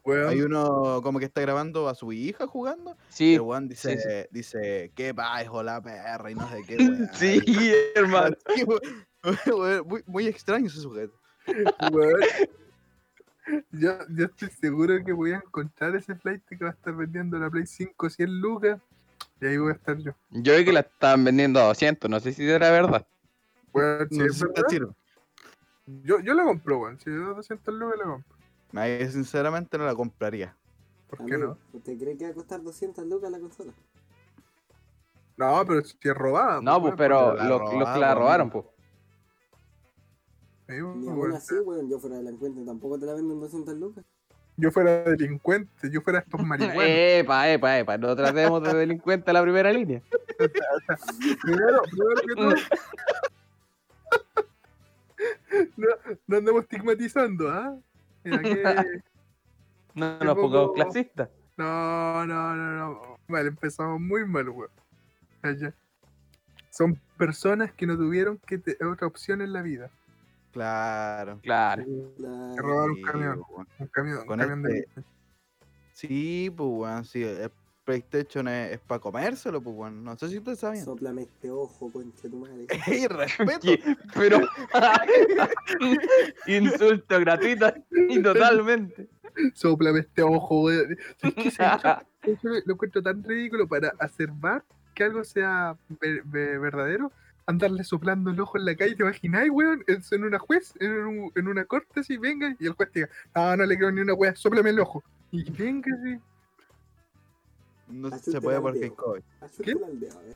[SPEAKER 3] Weón,
[SPEAKER 6] Hay uno como que está grabando a su hija jugando. Y
[SPEAKER 2] Sí,
[SPEAKER 6] el weón dice,
[SPEAKER 2] sí.
[SPEAKER 6] dice, qué bajo la perra y no sé qué. weón.
[SPEAKER 2] (laughs) sí, hermano.
[SPEAKER 6] (laughs) Así, weón, weón, muy, muy extraño ese sujeto.
[SPEAKER 3] weón. Yo, yo estoy seguro que voy a encontrar ese flight que va a estar vendiendo la Play 5 100 lucas, y ahí voy a estar yo.
[SPEAKER 2] Yo vi que la estaban vendiendo a 200, no sé si era verdad.
[SPEAKER 3] Weón, si
[SPEAKER 6] No sé
[SPEAKER 3] es
[SPEAKER 6] si te
[SPEAKER 3] verdad,
[SPEAKER 6] sirve.
[SPEAKER 3] yo, yo la compro, weón, si yo 200 lucas la compro,
[SPEAKER 6] Ay, sinceramente no la compraría.
[SPEAKER 3] ¿por qué no?
[SPEAKER 4] Amigo, ¿usted cree que va a costar 200 lucas la consola?
[SPEAKER 3] No, pero si es robada.
[SPEAKER 2] No, pues,
[SPEAKER 3] weón,
[SPEAKER 2] pero
[SPEAKER 6] la
[SPEAKER 2] los, los que
[SPEAKER 6] robaron,
[SPEAKER 2] la
[SPEAKER 6] amigo.
[SPEAKER 2] robaron, pues. (laughs)
[SPEAKER 3] sí,
[SPEAKER 4] Ni
[SPEAKER 3] weón.
[SPEAKER 4] aún así, weón. Yo fuera de la encuentro tampoco te la venden 200 lucas.
[SPEAKER 3] yo fuera delincuente, yo
[SPEAKER 2] (laughs)
[SPEAKER 3] fuera
[SPEAKER 2] Eh.
[SPEAKER 3] estos marihuanos.
[SPEAKER 2] Epa, epa, epa, no tratemos de delincuente a la primera línea.
[SPEAKER 3] primero, primero que todo.
[SPEAKER 2] (laughs)
[SPEAKER 3] No, no andamos estigmatizando, ¿ah? Mira
[SPEAKER 2] (laughs)
[SPEAKER 3] que-
[SPEAKER 2] No
[SPEAKER 3] Sí,
[SPEAKER 2] nos
[SPEAKER 3] po,
[SPEAKER 2] pongamos
[SPEAKER 3] po.
[SPEAKER 2] clasistas.
[SPEAKER 3] No, no, no, no. Vale, empezamos muy mal, weón. Allá. Son personas que no tuvieron que te- otra opción en la vida.
[SPEAKER 6] Claro.
[SPEAKER 2] Claro.
[SPEAKER 3] Que
[SPEAKER 4] La-
[SPEAKER 3] robar un
[SPEAKER 6] Sí,
[SPEAKER 3] camión.
[SPEAKER 6] po, weón.
[SPEAKER 3] Un camión, un
[SPEAKER 6] Con
[SPEAKER 3] camión de-
[SPEAKER 6] Sí, pues, weón. Sí, el PlayStation es, para comérselo, pues, weón. No sé si ustedes sabían.
[SPEAKER 4] Sóplame este ojo, concha
[SPEAKER 3] (laughs)
[SPEAKER 4] tu madre.
[SPEAKER 6] (laughs)
[SPEAKER 2] (laughs)
[SPEAKER 6] ¡Ey, respeto!
[SPEAKER 2] Que- Pero. (laughs) Insulto gratuito y (laughs) totalmente.
[SPEAKER 3] (laughs) Sóplame este ojo, weón. ¿Sabes
[SPEAKER 2] (laughs)
[SPEAKER 3] qué? Se ha hecho- Yo lo- lo encuentro tan ridículo para acervar que algo sea ver- ver- verdadero. Andarle soplando el ojo en la calle, ¿te imagináis, weón? En en una juez, en, un- en una corte, así, venga, y el juez te diga, ah, no le creo ni una weá, soplame el ojo. Y venga, sí,
[SPEAKER 6] No
[SPEAKER 4] Hazte un
[SPEAKER 6] se puede
[SPEAKER 4] telón
[SPEAKER 6] porque
[SPEAKER 4] de
[SPEAKER 6] es
[SPEAKER 4] ojo.
[SPEAKER 6] COVID.
[SPEAKER 4] Acéptalo al dedo, a ver.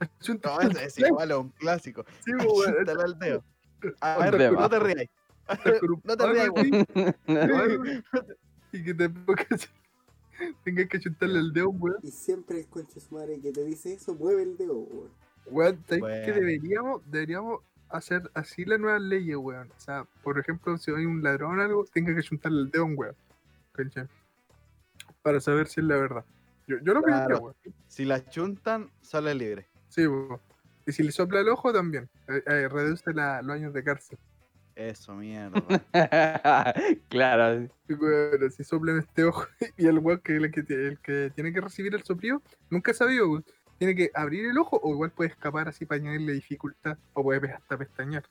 [SPEAKER 3] achunta
[SPEAKER 6] No,
[SPEAKER 3] al
[SPEAKER 6] es, es
[SPEAKER 3] dedo,
[SPEAKER 6] igual a un
[SPEAKER 2] (laughs)
[SPEAKER 6] clásico.
[SPEAKER 3] sí,
[SPEAKER 6] (laughs)
[SPEAKER 3] weón,
[SPEAKER 6] Chúntale al dedo. A
[SPEAKER 2] Al
[SPEAKER 6] ver,
[SPEAKER 2] dedo.
[SPEAKER 6] no te rías.
[SPEAKER 2] (laughs)
[SPEAKER 3] achunta con un
[SPEAKER 6] No te
[SPEAKER 3] palo
[SPEAKER 6] rías,
[SPEAKER 3] así,
[SPEAKER 6] weón.
[SPEAKER 3] (laughs) Y que te (laughs) pongas- tengas que achuntarle el dedo, weón.
[SPEAKER 4] Y siempre el concha de su madre que te dice eso, mueve el dedo, weón.
[SPEAKER 3] Weón, ¿sabes qué
[SPEAKER 6] Bueno.
[SPEAKER 3] deberíamos, deberíamos hacer así las nuevas leyes, weón? O sea, por ejemplo, si hay un ladrón o algo, tenga que juntarle el dedo a un weón. ¿cachai? Para saber si es la verdad. Yo, yo lo
[SPEAKER 6] Claro.
[SPEAKER 3] pienso, weón.
[SPEAKER 6] Si la chuntan, sale libre.
[SPEAKER 3] Sí, weón. Y si le sopla el ojo también. Eh, eh, reduce la- los años de cárcel.
[SPEAKER 6] Eso,
[SPEAKER 3] (laughs)
[SPEAKER 6] mierda.
[SPEAKER 2] claro.
[SPEAKER 3] Y, weón, si soplan este ojo (laughs) y el weón que, el que, el que tiene que recibir el soplido, nunca sabió, weón. Tiene que abrir el ojo o igual puede escapar así para añadirle dificultad o puede pe- hasta pestañear,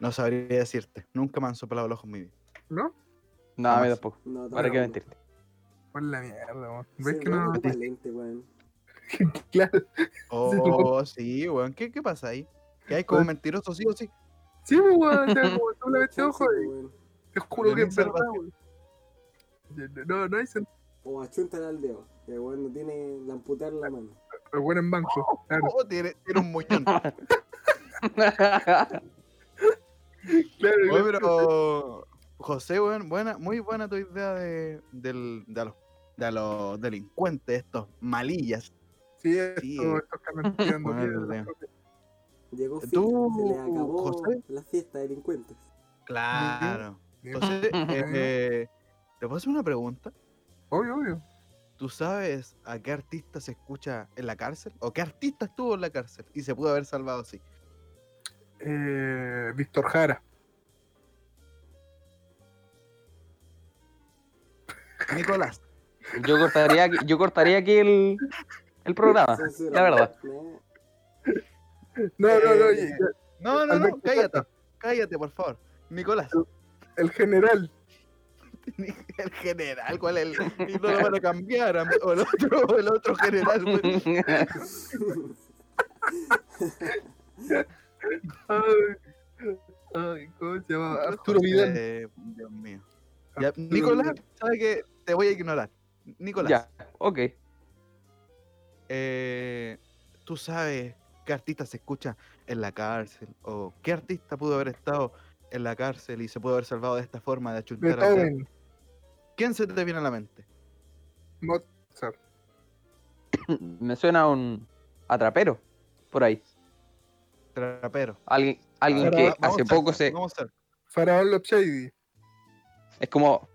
[SPEAKER 6] No sabría decirte. Nunca me han soplado los ojos en mi
[SPEAKER 3] (laughs)
[SPEAKER 6] vida.
[SPEAKER 3] ¿no?
[SPEAKER 2] No, a mí
[SPEAKER 6] Jamás.
[SPEAKER 2] tampoco.
[SPEAKER 4] No, todavía
[SPEAKER 2] ¿Para qué
[SPEAKER 4] no.
[SPEAKER 2] mentirte? (laughs)
[SPEAKER 3] Por la mierda, weón.
[SPEAKER 4] Ese
[SPEAKER 3] ¿Ves que
[SPEAKER 4] weón
[SPEAKER 3] no?
[SPEAKER 4] es valente, weón.
[SPEAKER 3] Claro,
[SPEAKER 6] Oh, sí, weón. ¿Qué, qué pasa ahí? ¿Que hay como
[SPEAKER 3] Pues-
[SPEAKER 6] mentirosos, sí o sí?
[SPEAKER 3] sí, pues, weón, te como tú le
[SPEAKER 4] Chance,
[SPEAKER 3] este ojo y
[SPEAKER 4] weón.
[SPEAKER 3] te juro que
[SPEAKER 6] Leonid
[SPEAKER 3] es verdad,
[SPEAKER 6] Salvatierra.
[SPEAKER 3] weón. No, no hay sentido.
[SPEAKER 4] O achúntale al dedo. El weón no tiene la amputar la mano.
[SPEAKER 3] Pero bueno, en
[SPEAKER 6] (laughs)
[SPEAKER 3] banco, claro,
[SPEAKER 6] Oh, tiene, tiene
[SPEAKER 3] (laughs)
[SPEAKER 6] un muñón.
[SPEAKER 3] claro.
[SPEAKER 6] Oye,
[SPEAKER 3] claro.
[SPEAKER 6] pero José, weón, buena, muy buena tu idea de, del, de, a los, de a los delincuentes, estos malillas.
[SPEAKER 3] Sí, esto,
[SPEAKER 6] sí, eh.
[SPEAKER 3] esto está mintiendo.
[SPEAKER 6] Bueno,
[SPEAKER 3] mierda,
[SPEAKER 6] Leo.
[SPEAKER 3] profe.
[SPEAKER 4] Llegó
[SPEAKER 3] Eh,
[SPEAKER 6] ¿Tú,
[SPEAKER 4] fiesta, se le acabó
[SPEAKER 6] José?
[SPEAKER 4] la fiesta de delincuentes.
[SPEAKER 6] Claro.
[SPEAKER 3] Bien. (laughs)
[SPEAKER 6] Entonces, eh, ¿te puedo hacer una pregunta?
[SPEAKER 3] Obvio, obvio.
[SPEAKER 6] ¿Tú sabes a qué artista se escucha en la cárcel? ¿O qué artista estuvo en la cárcel y se pudo haber salvado así?
[SPEAKER 3] Eh, Víctor Jara.
[SPEAKER 6] Nicolás.
[SPEAKER 2] Yo cortaría aquí, yo cortaría aquí el, el
[SPEAKER 3] Ah,
[SPEAKER 2] programa.
[SPEAKER 4] Censura,
[SPEAKER 2] La verdad.
[SPEAKER 4] weón.
[SPEAKER 3] No, no, no. y-
[SPEAKER 4] Eh,
[SPEAKER 6] (laughs) No, no, no,
[SPEAKER 3] Alberto
[SPEAKER 6] cállate. Cállate, por favor. Nicolás.
[SPEAKER 3] El general.
[SPEAKER 6] El general, ¿cuál es (laughs) el? Y no lo van a cambiar. am- O el otro, o el otro general. pues. weón. (laughs)
[SPEAKER 2] (laughs)
[SPEAKER 3] Ay, ay, ¿cómo se llama? Arturo Vidal.
[SPEAKER 6] Eh, Dios mío. Ya, Nicolás,
[SPEAKER 3] Vidal.
[SPEAKER 6] sabe que te voy a ignorar. Nicolás,
[SPEAKER 2] ya, ok.
[SPEAKER 6] eh, ¿tú sabes qué artista se escucha en la cárcel? ¿O qué artista pudo haber estado en la cárcel y se pudo haber salvado de esta forma de achuntar al dedo?
[SPEAKER 3] Beethoven.
[SPEAKER 6] ¿Quién se te viene a la mente?
[SPEAKER 3] Mozart.
[SPEAKER 2] Me suena un atrapero por ahí.
[SPEAKER 6] Trapero.
[SPEAKER 2] Alguien, alguien
[SPEAKER 3] Pero
[SPEAKER 2] que
[SPEAKER 6] Vamos
[SPEAKER 2] hace
[SPEAKER 6] cerca,
[SPEAKER 2] poco se.
[SPEAKER 6] vamos cerca.
[SPEAKER 3] Faraón Lopshady.
[SPEAKER 2] Es como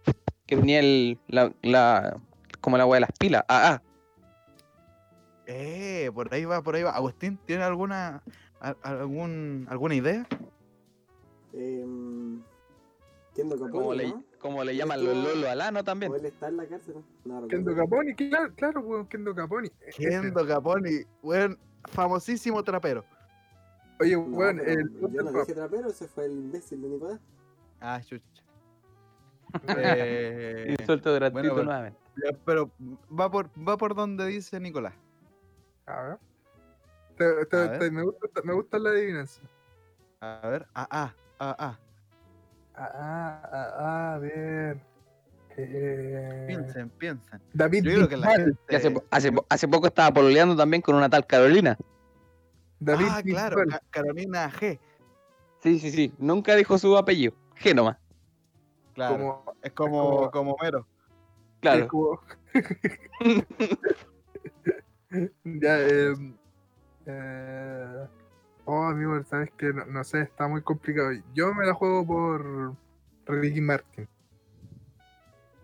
[SPEAKER 2] que tenía el, la, la- como la hueá de las pilas. Ah, ah.
[SPEAKER 6] Eh, por ahí va, por ahí va. Agustín, ¿tiene alguna a- algún, alguna idea?
[SPEAKER 4] Em, Kendo Capone,
[SPEAKER 2] Como le,
[SPEAKER 4] ¿no?
[SPEAKER 2] como le llaman los Lolo Alano también.
[SPEAKER 4] O él está en la cárcel, ¿no? No, no
[SPEAKER 3] Kendo
[SPEAKER 4] recuerdo.
[SPEAKER 3] Caponi, claro, claro, weón, Kendo Caponi. Este,
[SPEAKER 6] Kendo Caponi, buen, famosísimo trapero.
[SPEAKER 3] Oye,
[SPEAKER 4] No,
[SPEAKER 3] weón,
[SPEAKER 4] pero
[SPEAKER 3] el.
[SPEAKER 4] yo no dije trapero, ese fue el imbécil de Nicolás.
[SPEAKER 6] Ah,
[SPEAKER 2] (laughs)
[SPEAKER 6] chucha. Eh,
[SPEAKER 2] Insulto gratuito
[SPEAKER 6] bueno, bueno.
[SPEAKER 2] nuevamente.
[SPEAKER 6] Ya, pero va por, va por donde dice Nicolás.
[SPEAKER 3] A ver. Te- te-
[SPEAKER 6] A ver.
[SPEAKER 3] te- me, gusta, me gusta la adivinanza.
[SPEAKER 6] A ver, ah, ah, ah, ah.
[SPEAKER 3] Ah, ah, ah, a ver. Eh,
[SPEAKER 6] Piensen, piensen.
[SPEAKER 3] David
[SPEAKER 6] Yo creo que la
[SPEAKER 3] Bisbal.
[SPEAKER 6] gente.
[SPEAKER 2] Que hace, po- hace, po- hace poco estaba pololeando también con una tal Carolina.
[SPEAKER 3] David
[SPEAKER 6] ah, claro,
[SPEAKER 3] Bisbal.
[SPEAKER 6] Ca- Carolina G.
[SPEAKER 2] Sí, sí, sí. Nunca dijo su apellido. Génoma.
[SPEAKER 6] Claro.
[SPEAKER 3] Como,
[SPEAKER 6] es como, como Mero.
[SPEAKER 2] Claro.
[SPEAKER 3] es como- (laughs) ya, eh, eh, Oh, amigo, sabes que no, no sé, está muy complicado. Yo me la juego por Ricky Martin.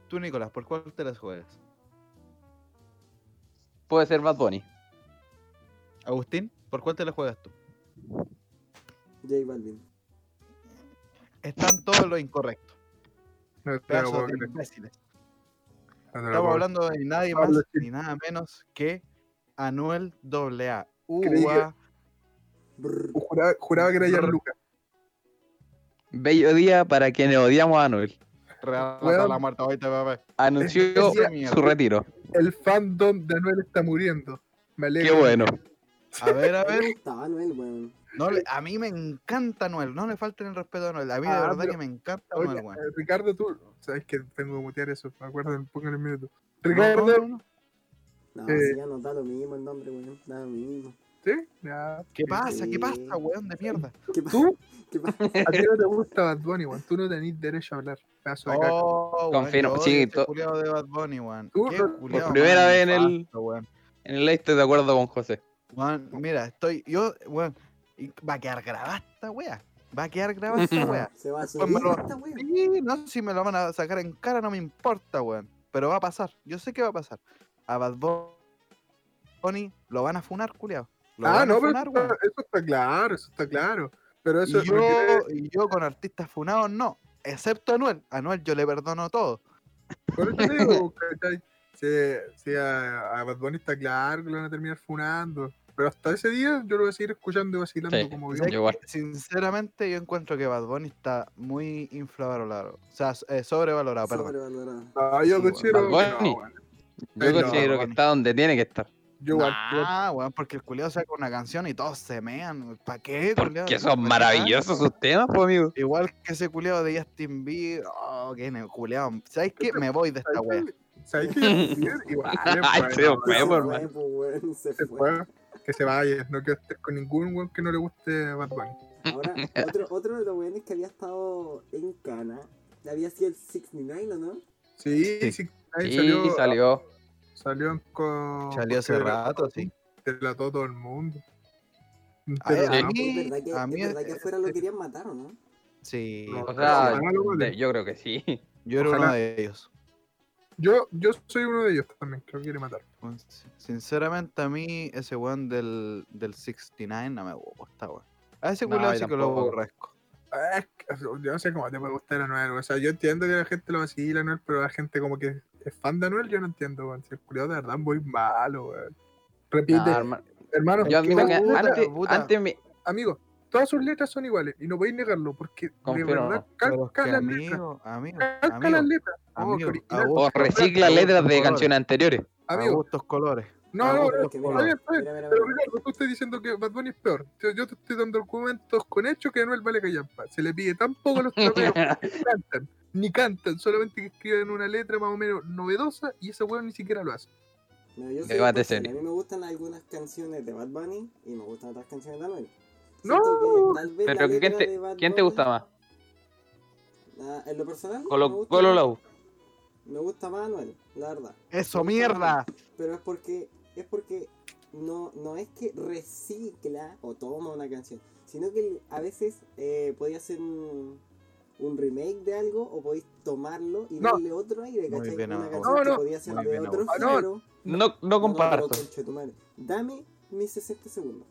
[SPEAKER 6] Tú, Nicolás, ¿por cuál te las juegas?
[SPEAKER 2] Puede ser Bad Bunny.
[SPEAKER 6] Agustín, ¿por cuál te las juegas tú?
[SPEAKER 4] J Balvin.
[SPEAKER 6] Están todos los incorrectos.
[SPEAKER 3] No te lo
[SPEAKER 6] Pedazos
[SPEAKER 3] puedo
[SPEAKER 6] de
[SPEAKER 3] creer.
[SPEAKER 6] imbéciles.
[SPEAKER 3] no te lo
[SPEAKER 6] Estamos
[SPEAKER 3] puedo
[SPEAKER 6] hablando de nadie más
[SPEAKER 3] Pablo
[SPEAKER 6] ni nada menos que Anuel AA.
[SPEAKER 3] Creí
[SPEAKER 6] Uva,
[SPEAKER 4] Brr.
[SPEAKER 3] creer. Juraba, juraba que era Gianluca.
[SPEAKER 2] Bello día para quienes odiamos a Anuel.
[SPEAKER 6] Real
[SPEAKER 3] Weón.
[SPEAKER 6] la muerta, ahorita, papá.
[SPEAKER 2] Anunció
[SPEAKER 6] Ese mierda.
[SPEAKER 2] su retiro.
[SPEAKER 3] El fandom de Anuel está muriendo. Me alegro.
[SPEAKER 2] Qué bueno.
[SPEAKER 6] A ver, a ver.
[SPEAKER 4] Me gustaba Anuel, weón.
[SPEAKER 6] No le- a mí me encanta Anuel, no le falten el respeto a Anuel. A mí de
[SPEAKER 3] Ah,
[SPEAKER 6] verdad
[SPEAKER 3] pero-
[SPEAKER 6] que me encanta
[SPEAKER 3] Oye,
[SPEAKER 6] Anuel,
[SPEAKER 3] eh,
[SPEAKER 6] weón.
[SPEAKER 3] Ricardo, tú. Sabes que tengo que mutear eso. Acuérdenme, pongan el minuto.
[SPEAKER 6] No,
[SPEAKER 3] Ricardo.
[SPEAKER 6] no, no.
[SPEAKER 4] No,
[SPEAKER 3] Eh.
[SPEAKER 4] si ya nos da lo mismo el nombre, weón. Da lo mismo.
[SPEAKER 3] ¿Sí? Ya.
[SPEAKER 6] ¿Qué pasa? ¿Qué pasa,
[SPEAKER 4] Sí.
[SPEAKER 6] weón de mierda?
[SPEAKER 4] ¿Qué pasa?
[SPEAKER 3] ¿Tú?
[SPEAKER 4] (laughs) ¿Qué pasa?
[SPEAKER 6] (laughs)
[SPEAKER 3] A ti no te gusta Bad Bunny, weón. Tú no tenés derecho a hablar. Pedazo de caca.
[SPEAKER 6] Oh, weón,
[SPEAKER 2] Confirmo,
[SPEAKER 6] yo odio
[SPEAKER 2] sí,
[SPEAKER 6] este
[SPEAKER 2] to- Uh,
[SPEAKER 6] culiao de Bad Bunny, weón.
[SPEAKER 3] Tú,
[SPEAKER 6] Qué
[SPEAKER 3] por
[SPEAKER 6] culiao más
[SPEAKER 2] primera vez en el-
[SPEAKER 6] nefasto, weón.
[SPEAKER 2] En el ley estoy de acuerdo con José.
[SPEAKER 6] Weón,
[SPEAKER 2] (laughs)
[SPEAKER 6] mira, estoy. Yo, weón. y Va a quedar grabada esta wea. Va a quedar grabada
[SPEAKER 2] (laughs)
[SPEAKER 6] esta wea.
[SPEAKER 4] Se va a
[SPEAKER 6] Pues
[SPEAKER 4] subir
[SPEAKER 6] me lo-
[SPEAKER 4] esta weón.
[SPEAKER 6] Sí, no, si me lo van a sacar en cara, no me importa, weón. Pero va a pasar. Yo sé que va a pasar. A Bad Bunny lo van a funar, culiao. Lo
[SPEAKER 3] Ah,
[SPEAKER 6] van a
[SPEAKER 3] no, pero
[SPEAKER 6] funar,
[SPEAKER 3] eso está,
[SPEAKER 6] weón.
[SPEAKER 3] eso está claro, eso está claro. Pero eso
[SPEAKER 6] y,
[SPEAKER 3] no quiere-
[SPEAKER 6] yo, y yo con artistas funados no, excepto a Anuel. A Anuel yo le perdono todo.
[SPEAKER 3] Por eso te digo, (laughs) ¿cachai? Si, si a, a Bad Bunny está claro que lo van a terminar funando. Pero hasta ese día yo lo voy a seguir escuchando y vacilando
[SPEAKER 2] Sí,
[SPEAKER 3] como
[SPEAKER 6] ¿Sabes
[SPEAKER 3] bien.
[SPEAKER 6] qué?
[SPEAKER 2] igual.
[SPEAKER 6] Sinceramente yo encuentro que Bad Bunny está muy infravalorado. O sea, s- eh, sobrevalorado, perdón.
[SPEAKER 4] Sobrevalorado.
[SPEAKER 3] Ah, yo
[SPEAKER 6] Sí,
[SPEAKER 2] Bad
[SPEAKER 3] considero que no,
[SPEAKER 2] Bunny.
[SPEAKER 3] bueno.
[SPEAKER 2] Yo
[SPEAKER 3] Sí, no,
[SPEAKER 2] considero que
[SPEAKER 6] Juan.
[SPEAKER 2] está donde tiene que estar.
[SPEAKER 3] Yo igual.
[SPEAKER 6] Ah, weón, porque el culiao saca una canción y todos se mean. ¿Para qué, culiao?
[SPEAKER 2] Porque
[SPEAKER 6] ¿Pa'
[SPEAKER 2] son
[SPEAKER 6] qué? ah?
[SPEAKER 2] maravillosos sus temas, pues, amigo.
[SPEAKER 6] Igual que ese culiao de Justin Bieber. Oh, qué ne- culiao. ¿Sabes
[SPEAKER 3] Este
[SPEAKER 6] qué? Me voy de esta wea.
[SPEAKER 3] ¿sabes qué? ¿Sabes qué? Igual. es
[SPEAKER 2] Ay,
[SPEAKER 3] bueno,
[SPEAKER 2] se
[SPEAKER 3] weón,
[SPEAKER 2] fue,
[SPEAKER 4] Se
[SPEAKER 2] por
[SPEAKER 4] fue,
[SPEAKER 2] mal.
[SPEAKER 4] po, weón, Se
[SPEAKER 3] se
[SPEAKER 4] fue.
[SPEAKER 3] fue. Que se vaya. No quiero estar con ningún weón que no le guste Bad Bunny.
[SPEAKER 4] Ahora, otro, otro de los weones que había estado en Cana. Había sido el 69, ¿o no?
[SPEAKER 3] Sí, sí.
[SPEAKER 6] Sí.
[SPEAKER 3] ahí
[SPEAKER 2] Y salió.
[SPEAKER 3] Salió con.
[SPEAKER 6] Salió hace rato, sí.
[SPEAKER 3] Delató todo el mundo.
[SPEAKER 6] A, a
[SPEAKER 3] Delató.
[SPEAKER 6] mí,
[SPEAKER 4] Es verdad que,
[SPEAKER 6] a mí,
[SPEAKER 4] es verdad que
[SPEAKER 6] eh,
[SPEAKER 4] afuera lo querían matar, ¿o no?
[SPEAKER 6] sí,
[SPEAKER 3] No,
[SPEAKER 2] O sea,
[SPEAKER 3] Ojalá lo vale.
[SPEAKER 2] de- yo creo que sí.
[SPEAKER 6] yo era
[SPEAKER 3] ojalá.
[SPEAKER 6] uno de ellos.
[SPEAKER 3] Yo, yo soy uno de ellos también, creo que quiere matar.
[SPEAKER 6] Weón, si- Sinceramente, a mí ese weón del, del 69 no me gusta, weón. A ese
[SPEAKER 2] No,
[SPEAKER 6] culiao
[SPEAKER 2] yo
[SPEAKER 6] sí que lo
[SPEAKER 2] tampoco.
[SPEAKER 6] aborrezco.
[SPEAKER 3] Ah, es que- Yo no sé cómo te puede gustar Anuel, o sea, yo entiendo que la gente lo vacila Anuel, pero la gente como que es fan de Anuel, yo no entiendo, weón. Si el culiado de verdad es muy malo, weón. Repite,
[SPEAKER 2] Nah, hermano.
[SPEAKER 3] hermano,
[SPEAKER 2] yo admiro que
[SPEAKER 3] todas sus letras-
[SPEAKER 2] antes,
[SPEAKER 6] puta.
[SPEAKER 2] antes me-
[SPEAKER 3] amigo, todas sus letras son iguales, y no podéis negarlo, porque de
[SPEAKER 2] Confirmo.
[SPEAKER 3] verdad
[SPEAKER 6] Pero es
[SPEAKER 3] calca
[SPEAKER 6] que,
[SPEAKER 3] las letras.
[SPEAKER 6] amigo, amigo,
[SPEAKER 3] Calca
[SPEAKER 6] amigo,
[SPEAKER 3] las letras. Oh, qué
[SPEAKER 6] amigo,
[SPEAKER 3] original.
[SPEAKER 6] a
[SPEAKER 2] o
[SPEAKER 6] gustos-
[SPEAKER 2] recicla
[SPEAKER 6] a
[SPEAKER 2] letras
[SPEAKER 6] gustos
[SPEAKER 2] de
[SPEAKER 6] colores,
[SPEAKER 2] canciones anteriores.
[SPEAKER 6] A
[SPEAKER 3] Amigo,
[SPEAKER 6] gustos colores.
[SPEAKER 3] no,
[SPEAKER 4] Ah,
[SPEAKER 6] a
[SPEAKER 3] no,
[SPEAKER 6] gustos
[SPEAKER 3] no,
[SPEAKER 4] que
[SPEAKER 3] está bien,
[SPEAKER 6] colores.
[SPEAKER 3] está bien.
[SPEAKER 4] Mira, mira,
[SPEAKER 3] Pero
[SPEAKER 4] mira.
[SPEAKER 3] Ricardo, tú estás diciendo que Bad Bunny es peor. Yo, yo te estoy dando argumentos con hechos que Anuel vale callampa. Se le pide tan poco a
[SPEAKER 6] (laughs)
[SPEAKER 3] los
[SPEAKER 2] (laughs)
[SPEAKER 3] traperos que cantan, ni cantan, solamente que escriben una letra más o menos novedosa y ese weón ni siquiera lo hace.
[SPEAKER 4] Mira, yo soy
[SPEAKER 2] Debate
[SPEAKER 4] imparcial,
[SPEAKER 2] serio.
[SPEAKER 4] A mí me gustan algunas canciones de Bad Bunny y me gustan otras canciones de Anuel.
[SPEAKER 3] No,
[SPEAKER 4] Siento que tal vez
[SPEAKER 2] Pero
[SPEAKER 4] la
[SPEAKER 2] ¿quién
[SPEAKER 4] letra
[SPEAKER 2] te,
[SPEAKER 4] de Bad
[SPEAKER 2] quién te
[SPEAKER 4] Bunny-
[SPEAKER 2] gusta más?
[SPEAKER 4] Ah, en lo personal, me
[SPEAKER 2] Colo
[SPEAKER 4] gusta,
[SPEAKER 2] Colo la U.
[SPEAKER 4] me gusta más Anuel, la verdad.
[SPEAKER 6] Eso, mierda.
[SPEAKER 4] Pero es porque es porque no, no es que recicla o toma una canción, sino que a veces eh, podía hacer un, un remake de algo o podéis tomarlo y
[SPEAKER 3] No.
[SPEAKER 4] darle otro aire,
[SPEAKER 6] Muy
[SPEAKER 4] ¿cachai?
[SPEAKER 6] bien,
[SPEAKER 4] una
[SPEAKER 6] Abogado.
[SPEAKER 4] canción
[SPEAKER 3] No,
[SPEAKER 4] que
[SPEAKER 3] no.
[SPEAKER 4] podía ser
[SPEAKER 6] Muy
[SPEAKER 4] de
[SPEAKER 6] bien,
[SPEAKER 4] otro
[SPEAKER 3] Abogado. Ah, no,
[SPEAKER 4] género.
[SPEAKER 2] No, no
[SPEAKER 4] No, no, pero
[SPEAKER 2] comparto.
[SPEAKER 4] concha tu madre. Dame mis 60 segundos.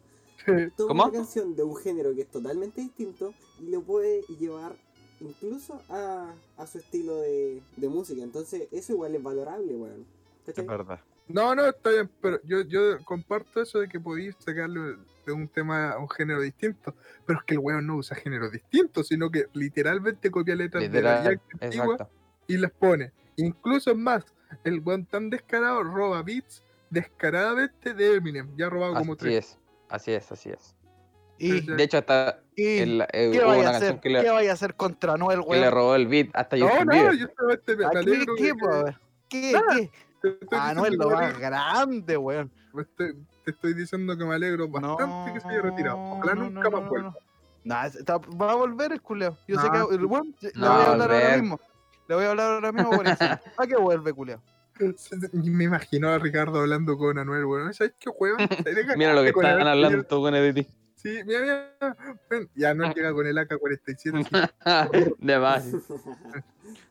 [SPEAKER 4] Toma
[SPEAKER 2] ¿Cómo?
[SPEAKER 4] una canción de un género que es totalmente distinto y lo puede llevar incluso a, a su estilo de, de música. Entonces, eso igual es valorable, weón. ¿Cachai? (laughs)
[SPEAKER 6] Es verdad.
[SPEAKER 3] No, no, está bien, pero yo, yo comparto eso de que podéis sacarlo de un tema a un género distinto. Pero es que el weón no usa géneros distintos, sino que literalmente copia letras de la
[SPEAKER 2] Literal,
[SPEAKER 3] Jack antigua
[SPEAKER 2] exacto.
[SPEAKER 3] y las pone. Incluso es más, el weón tan descarado roba beats descaradamente de Eminem. Ya ha robado como
[SPEAKER 2] Así
[SPEAKER 3] tres.
[SPEAKER 2] es, así es, así es.
[SPEAKER 6] Y,
[SPEAKER 3] Entonces,
[SPEAKER 2] De hecho, hasta
[SPEAKER 6] y
[SPEAKER 2] el- eh,
[SPEAKER 6] ¿qué
[SPEAKER 2] hubo
[SPEAKER 6] vaya
[SPEAKER 2] una
[SPEAKER 6] a hacer?
[SPEAKER 2] canción que
[SPEAKER 6] ¿Qué
[SPEAKER 2] le,
[SPEAKER 6] vaya a hacer contra Noel,
[SPEAKER 2] que le
[SPEAKER 6] weón?
[SPEAKER 2] robó el beat hasta
[SPEAKER 3] No,
[SPEAKER 2] Justin
[SPEAKER 3] no,
[SPEAKER 2] Bieber.
[SPEAKER 3] yo solamente me
[SPEAKER 6] ¿A
[SPEAKER 3] me
[SPEAKER 6] ¿Qué,
[SPEAKER 3] alegro
[SPEAKER 6] qué,
[SPEAKER 3] que-
[SPEAKER 6] po, a ver? ¿Qué,
[SPEAKER 3] Nada.
[SPEAKER 6] qué?
[SPEAKER 3] te estoy diciendo
[SPEAKER 6] Ah, Noel
[SPEAKER 3] que
[SPEAKER 6] lo
[SPEAKER 3] me
[SPEAKER 6] más
[SPEAKER 3] alegro-
[SPEAKER 6] grande, weón.
[SPEAKER 3] me estoy- Te estoy diciendo que me alegro bastante que se haya retirado. Ojalá
[SPEAKER 6] no,
[SPEAKER 3] nunca
[SPEAKER 6] no,
[SPEAKER 3] más
[SPEAKER 6] no,
[SPEAKER 3] vuelva.
[SPEAKER 6] no. Nah, es- está- va a volver el culeo. Yo sé
[SPEAKER 3] No.
[SPEAKER 6] que el weón le
[SPEAKER 2] No
[SPEAKER 6] voy
[SPEAKER 2] va
[SPEAKER 6] a
[SPEAKER 2] a
[SPEAKER 6] hablar ahora
[SPEAKER 2] volver.
[SPEAKER 6] mismo. Le voy a hablar ahora mismo por eso. ¿A qué vuelve, culeo?
[SPEAKER 3] Ni (laughs) Me imagino a Ricardo hablando con Anuel, weón. ¿Sabes
[SPEAKER 2] (laughs)
[SPEAKER 3] qué, weón?
[SPEAKER 2] Mira lo que están hablando estos güeyes de ti.
[SPEAKER 3] Sí, mira, mira, mira. Ven, Y Anuel llega con el AK-47.
[SPEAKER 2] (laughs)
[SPEAKER 3] sí.
[SPEAKER 2] De más.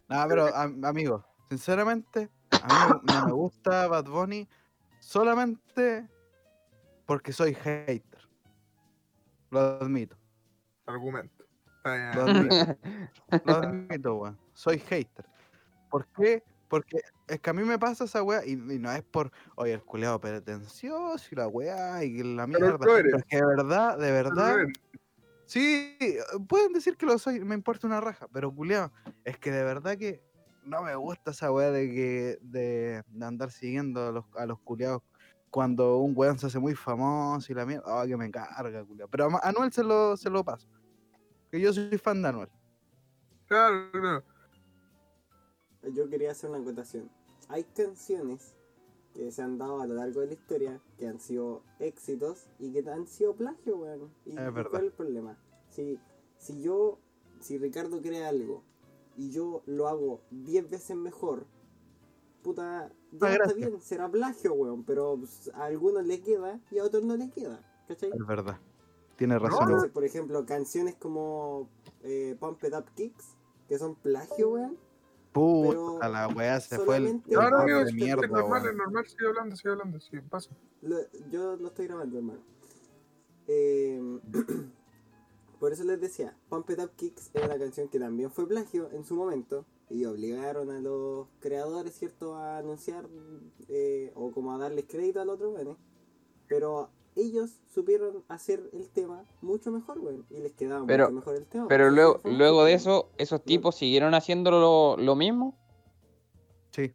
[SPEAKER 6] Nah, pero am- amigo, sinceramente, a mí no me gusta Bad Bunny solamente porque soy hater. Lo admito.
[SPEAKER 3] Argumento. Está
[SPEAKER 6] Lo
[SPEAKER 3] bien.
[SPEAKER 6] admito.
[SPEAKER 3] (laughs)
[SPEAKER 6] Lo admito, weón. Soy hater. ¿Por qué? Porque es que a mí me pasa esa weá y, y no es por, oye, el culeado pretencioso y la weá y la
[SPEAKER 3] Pero
[SPEAKER 6] mierda.
[SPEAKER 3] lo eres.
[SPEAKER 6] Pero es que de verdad, de verdad.
[SPEAKER 3] Está bien.
[SPEAKER 6] Sí, eh, pueden decir que lo soy, me importa una raja, pero culiao, es que de verdad que no me gusta esa weá de que de, de andar siguiendo a los, a los culiados cuando un weón se hace muy famoso y la mierda, ah, que me carga, culiao. Pero a Ma- a Anuel se lo, se lo paso, que yo soy fan de Anuel.
[SPEAKER 3] Claro, claro.
[SPEAKER 4] Yo quería hacer una acotación. Hay canciones que se han dado a lo largo de la historia que han sido éxitos y que han sido plagio, weón. Y
[SPEAKER 6] Es verdad.
[SPEAKER 4] ¿Cuál es el problema? Si, si yo, si Ricardo crea algo y yo lo hago 10 veces mejor, puta, ya está
[SPEAKER 6] Ah, gracias.
[SPEAKER 4] bien, será plagio, weón, pero pues, a algunos le queda y a otros no les queda, ¿cachai?
[SPEAKER 6] Es verdad, tiene razón.
[SPEAKER 3] no,
[SPEAKER 6] weón.
[SPEAKER 4] Entonces, por ejemplo, canciones como eh, Pump It Up Kicks, que son plagio, weón.
[SPEAKER 6] Puta, la weá se fue el
[SPEAKER 4] solamente-
[SPEAKER 6] el
[SPEAKER 4] No,
[SPEAKER 3] Claro,
[SPEAKER 4] no, no,
[SPEAKER 6] mar
[SPEAKER 3] amigos,
[SPEAKER 6] de
[SPEAKER 3] es
[SPEAKER 6] mierda,
[SPEAKER 3] normal,
[SPEAKER 6] weón.
[SPEAKER 3] es normal, sigue hablando, sigue hablando, sí, pasa.
[SPEAKER 4] Lo- yo lo estoy grabando, hermano. Eh, (clears throat) por eso les decía, Pump It Up Kicks es una canción que también fue plagio en su momento y obligaron a los creadores, ¿cierto?, a anunciar eh, o como a darles crédito al otro, bueno. Pero ellos supieron hacer el tema mucho mejor, bueno, y les quedaba
[SPEAKER 2] Pero-
[SPEAKER 4] mucho mejor el tema.
[SPEAKER 2] Pero
[SPEAKER 4] Así
[SPEAKER 2] luego,
[SPEAKER 4] fue
[SPEAKER 2] luego de
[SPEAKER 4] mucho.
[SPEAKER 2] eso, esos tipos siguieron haciendo lo, lo mismo.
[SPEAKER 6] Sí,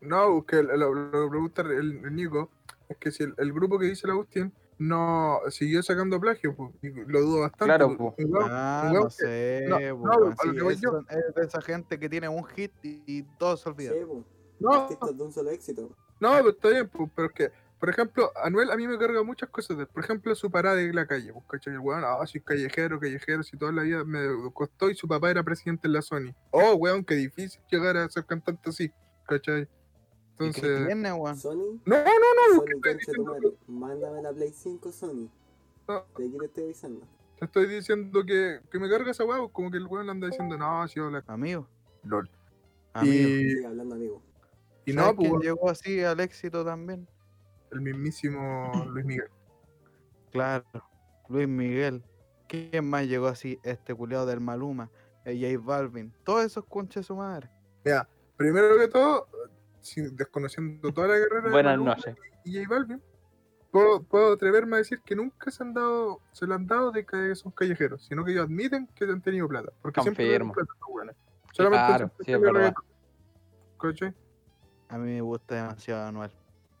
[SPEAKER 3] No, que lo, lo- lo que pregunta el, el Nico es que si el, el grupo que dice el Agustín no siguió sacando plagio, pues, y lo dudo bastante.
[SPEAKER 2] Claro,
[SPEAKER 3] pues,
[SPEAKER 2] pues.
[SPEAKER 3] weón,
[SPEAKER 6] Ah,
[SPEAKER 3] weón
[SPEAKER 6] no
[SPEAKER 3] que-
[SPEAKER 6] sé,
[SPEAKER 3] no,
[SPEAKER 6] pues,
[SPEAKER 3] no,
[SPEAKER 6] weón,
[SPEAKER 3] a lo
[SPEAKER 6] sí,
[SPEAKER 3] que voy
[SPEAKER 6] es,
[SPEAKER 3] yo.
[SPEAKER 6] es de esa gente que tiene un hit y, y todos se
[SPEAKER 4] Sí,
[SPEAKER 6] olvidan.
[SPEAKER 4] po,
[SPEAKER 6] Ah.
[SPEAKER 3] No,
[SPEAKER 4] artistas de un solo éxito.
[SPEAKER 3] no, pero está bien, pues, pero es que, por ejemplo, Anuel a mí me carga muchas cosas. de él. Por ejemplo, su parada de la calle, pues, ¿cachai? El weón, ah, si es callejero, callejero, si toda la vida me costó y su papá era presidente en la Sony. Oh, weón, qué difícil llegar a ser cantante así, ¿cachai?
[SPEAKER 6] ¿Y qué
[SPEAKER 3] Entonces.
[SPEAKER 6] tiene, weón?
[SPEAKER 4] Sony,
[SPEAKER 3] No, no, no, ¿qué
[SPEAKER 4] Sony,
[SPEAKER 3] estoy
[SPEAKER 4] concha tu
[SPEAKER 3] diciendo?
[SPEAKER 4] madre, mándame la Play 5 Sony.
[SPEAKER 3] No.
[SPEAKER 4] De aquí te estoy avisando.
[SPEAKER 3] Te estoy diciendo que, que me carga esa huevo, como que el weón anda diciendo, no, si habla
[SPEAKER 6] Amigo.
[SPEAKER 3] LOL.
[SPEAKER 6] Amigo.
[SPEAKER 3] Y,
[SPEAKER 4] Sigue hablando, amigo.
[SPEAKER 3] y
[SPEAKER 6] ¿Sabes
[SPEAKER 3] no, pues
[SPEAKER 6] quién
[SPEAKER 3] weón,
[SPEAKER 6] llegó así al éxito también?
[SPEAKER 3] el mismísimo Luis Miguel.
[SPEAKER 6] Claro, Luis Miguel. ¿Quién más llegó así? Este culeado del Maluma, eh, J Balvin. Todos esos conches de su madre.
[SPEAKER 3] Mira, primero que todo, sin- desconociendo toda la carrera de
[SPEAKER 8] Buenas
[SPEAKER 3] Maluma
[SPEAKER 8] noches.
[SPEAKER 3] y J Balvin, puedo, puedo atreverme a decir que nunca se han dado, se lo han dado de que son callejeros, sino que ellos admiten que han tenido plata. Porque siempre tuvieron
[SPEAKER 8] Confirmo.
[SPEAKER 3] plata, estos weones. Solamente
[SPEAKER 2] claro,
[SPEAKER 3] siempre
[SPEAKER 2] sí, es
[SPEAKER 3] cambian
[SPEAKER 2] verdad.
[SPEAKER 3] reggaetón. ¿Cachai?
[SPEAKER 6] A mí me gusta demasiado Anuel.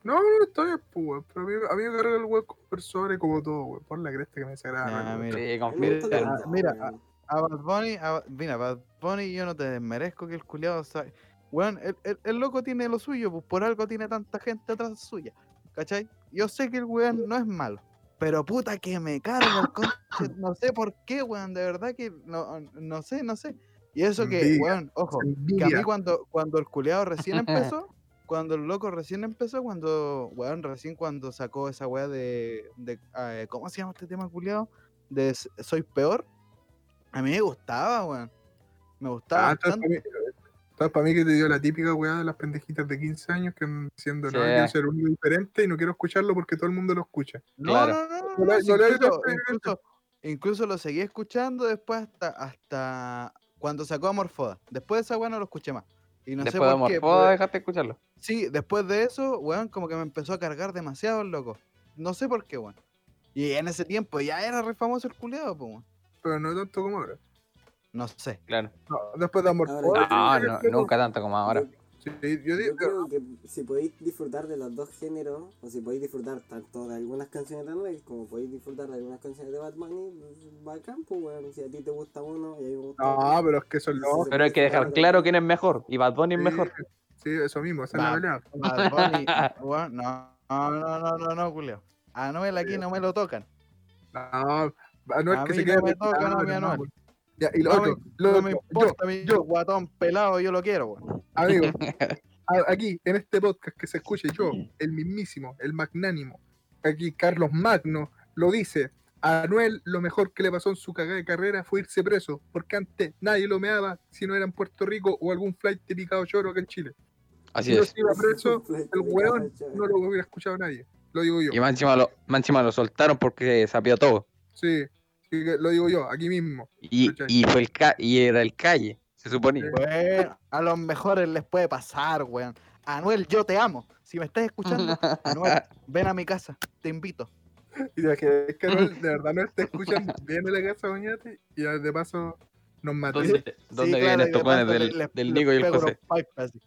[SPEAKER 3] No, no, está bien, pues, weón, pero a mí, a mí me carga el weón como persona y como todo, weón, por la cresta que me desagrada.
[SPEAKER 6] Ah,
[SPEAKER 3] weón.
[SPEAKER 6] mira.
[SPEAKER 2] Sí,
[SPEAKER 4] A mí me
[SPEAKER 2] confirmo.
[SPEAKER 4] gusta
[SPEAKER 6] Mira, ah,
[SPEAKER 4] todo,
[SPEAKER 6] mira,
[SPEAKER 4] weón.
[SPEAKER 6] A Bad Bunny, a Ba- mira, Bad Bunny, yo no te desmerezco que el culiado sabe. Weón, el, el- el loco tiene lo suyo, pues por algo tiene tanta gente atrás suya. ¿Cachai? Yo sé que el weón no es malo, pero puta que me carga el conche, No sé por qué, weón, de verdad que no, no sé, no sé. Y eso que,
[SPEAKER 3] Envidia,
[SPEAKER 6] weón, ojo, que a mí
[SPEAKER 3] Envidia.
[SPEAKER 6] cuando, cuando el culeado
[SPEAKER 2] (laughs)
[SPEAKER 6] recién empezó, cuando el loco recién empezó, cuando, weón, recién cuando sacó esa weá de, de, eh, ¿cómo se llama este tema culeado? De S- Soy Peor, a mí me gustaba, weón. Me gustaba
[SPEAKER 3] Ah, entonces
[SPEAKER 6] bastante.
[SPEAKER 3] para mí, entonces pa' mí que te dio la típica weá de las pendejitas de 15 años que andan diciendo,
[SPEAKER 2] Sí.
[SPEAKER 3] no, quiero ser único y diferente y no quiero escucharlo porque todo el mundo lo escucha.
[SPEAKER 6] No,
[SPEAKER 2] Claro.
[SPEAKER 6] no, no,
[SPEAKER 3] No
[SPEAKER 6] no,
[SPEAKER 3] le-
[SPEAKER 6] si
[SPEAKER 3] no le-
[SPEAKER 6] incluso, incluso, incluso lo seguí escuchando después hasta, hasta cuando sacó a Morfoda. Después de esa weá no lo escuché más. Y no
[SPEAKER 2] Después de
[SPEAKER 6] sé por qué.
[SPEAKER 2] Morfo,
[SPEAKER 6] pero-
[SPEAKER 2] dejaste de escucharlo.
[SPEAKER 6] Sí, después de eso, weón, como que me empezó a cargar demasiado el loco. No sé por qué, weón. Y en ese tiempo ya era re famoso el culeado, pues, weón.
[SPEAKER 3] Pero no tanto como ahora.
[SPEAKER 6] No
[SPEAKER 3] (laughs)
[SPEAKER 6] sé.
[SPEAKER 2] Claro.
[SPEAKER 3] No, después de amor.
[SPEAKER 4] Ahora
[SPEAKER 3] Oye,
[SPEAKER 2] No,
[SPEAKER 3] sí,
[SPEAKER 2] no,
[SPEAKER 3] sí,
[SPEAKER 2] nunca tanto como ahora.
[SPEAKER 4] Yo-
[SPEAKER 3] sí, yo
[SPEAKER 4] Yo,
[SPEAKER 3] digo,
[SPEAKER 4] creo que si podéis disfrutar de los dos géneros, o si podéis disfrutar tanto de algunas canciones de Anuel como podéis disfrutar de algunas canciones de Batman, bacán, pues, weón. Si a ti te gusta uno y a mí me gusta
[SPEAKER 3] no,
[SPEAKER 6] Ah,
[SPEAKER 4] otro.
[SPEAKER 3] pero es que son los.
[SPEAKER 2] Pero hay que dejar claro quién es mejor. Y Bad Bunny es mejor.
[SPEAKER 3] Sí, sí, eso mismo, esa es la
[SPEAKER 6] Va.
[SPEAKER 3] pelea.
[SPEAKER 6] Bad Bunny, weón, no, no, no, no, no, no, culeado. A Noel aquí no me lo tocan.
[SPEAKER 3] No, Anuel
[SPEAKER 6] A
[SPEAKER 3] que
[SPEAKER 6] mí
[SPEAKER 3] se
[SPEAKER 6] no
[SPEAKER 3] quede
[SPEAKER 6] me toca,
[SPEAKER 3] pelado,
[SPEAKER 6] no, mi
[SPEAKER 3] hermano.
[SPEAKER 6] Anuel.
[SPEAKER 3] Ya, y lo
[SPEAKER 6] No
[SPEAKER 3] otro, lo
[SPEAKER 6] No
[SPEAKER 3] otro,
[SPEAKER 6] me
[SPEAKER 3] yo,
[SPEAKER 6] importa, mi
[SPEAKER 3] yo.
[SPEAKER 6] guatón pelado, yo lo quiero, weón.
[SPEAKER 3] Amigo,
[SPEAKER 6] (laughs)
[SPEAKER 3] a- aquí, en este podcast que se escuche yo, el mismísimo, el magnánimo, aquí Carlos Magno, lo dice, a Anuel lo mejor que le pasó en su cagada de carrera fue irse preso, porque antes nadie lo meaba si no era en Puerto Rico o algún flight de picado lloro acá en Chile.
[SPEAKER 2] Así
[SPEAKER 3] Si no
[SPEAKER 2] es.
[SPEAKER 4] (laughs)
[SPEAKER 3] se iba preso,
[SPEAKER 4] el
[SPEAKER 3] weón no lo hubiera escuchado nadie. Lo digo yo.
[SPEAKER 2] Y más encima lo, más encima lo soltaron porque sapió todo.
[SPEAKER 3] Sí, sí que lo digo yo, aquí mismo.
[SPEAKER 2] Y,
[SPEAKER 3] Cachai.
[SPEAKER 2] y, fue el ca- y era el calle, se suponía.
[SPEAKER 6] Weón, a los mejores les puede pasar, weón. Anuel, yo te amo. Si me
[SPEAKER 2] (laughs)
[SPEAKER 6] estás
[SPEAKER 3] (laughs)
[SPEAKER 6] escuchando, Anuel, ven a mi casa. Te invito.
[SPEAKER 3] Y de que es
[SPEAKER 2] (laughs)
[SPEAKER 3] que no- de verdad no te escuchan bien en la casa, Oñate, y de paso nos mató.
[SPEAKER 2] ¿Dónde, dónde vienen
[SPEAKER 6] Sí, claro, y
[SPEAKER 2] estos
[SPEAKER 6] de
[SPEAKER 2] planes
[SPEAKER 6] pronto
[SPEAKER 2] del,
[SPEAKER 6] les-
[SPEAKER 2] del
[SPEAKER 6] les
[SPEAKER 2] Nico y el
[SPEAKER 6] pego unos
[SPEAKER 2] José?
[SPEAKER 6] pipes así.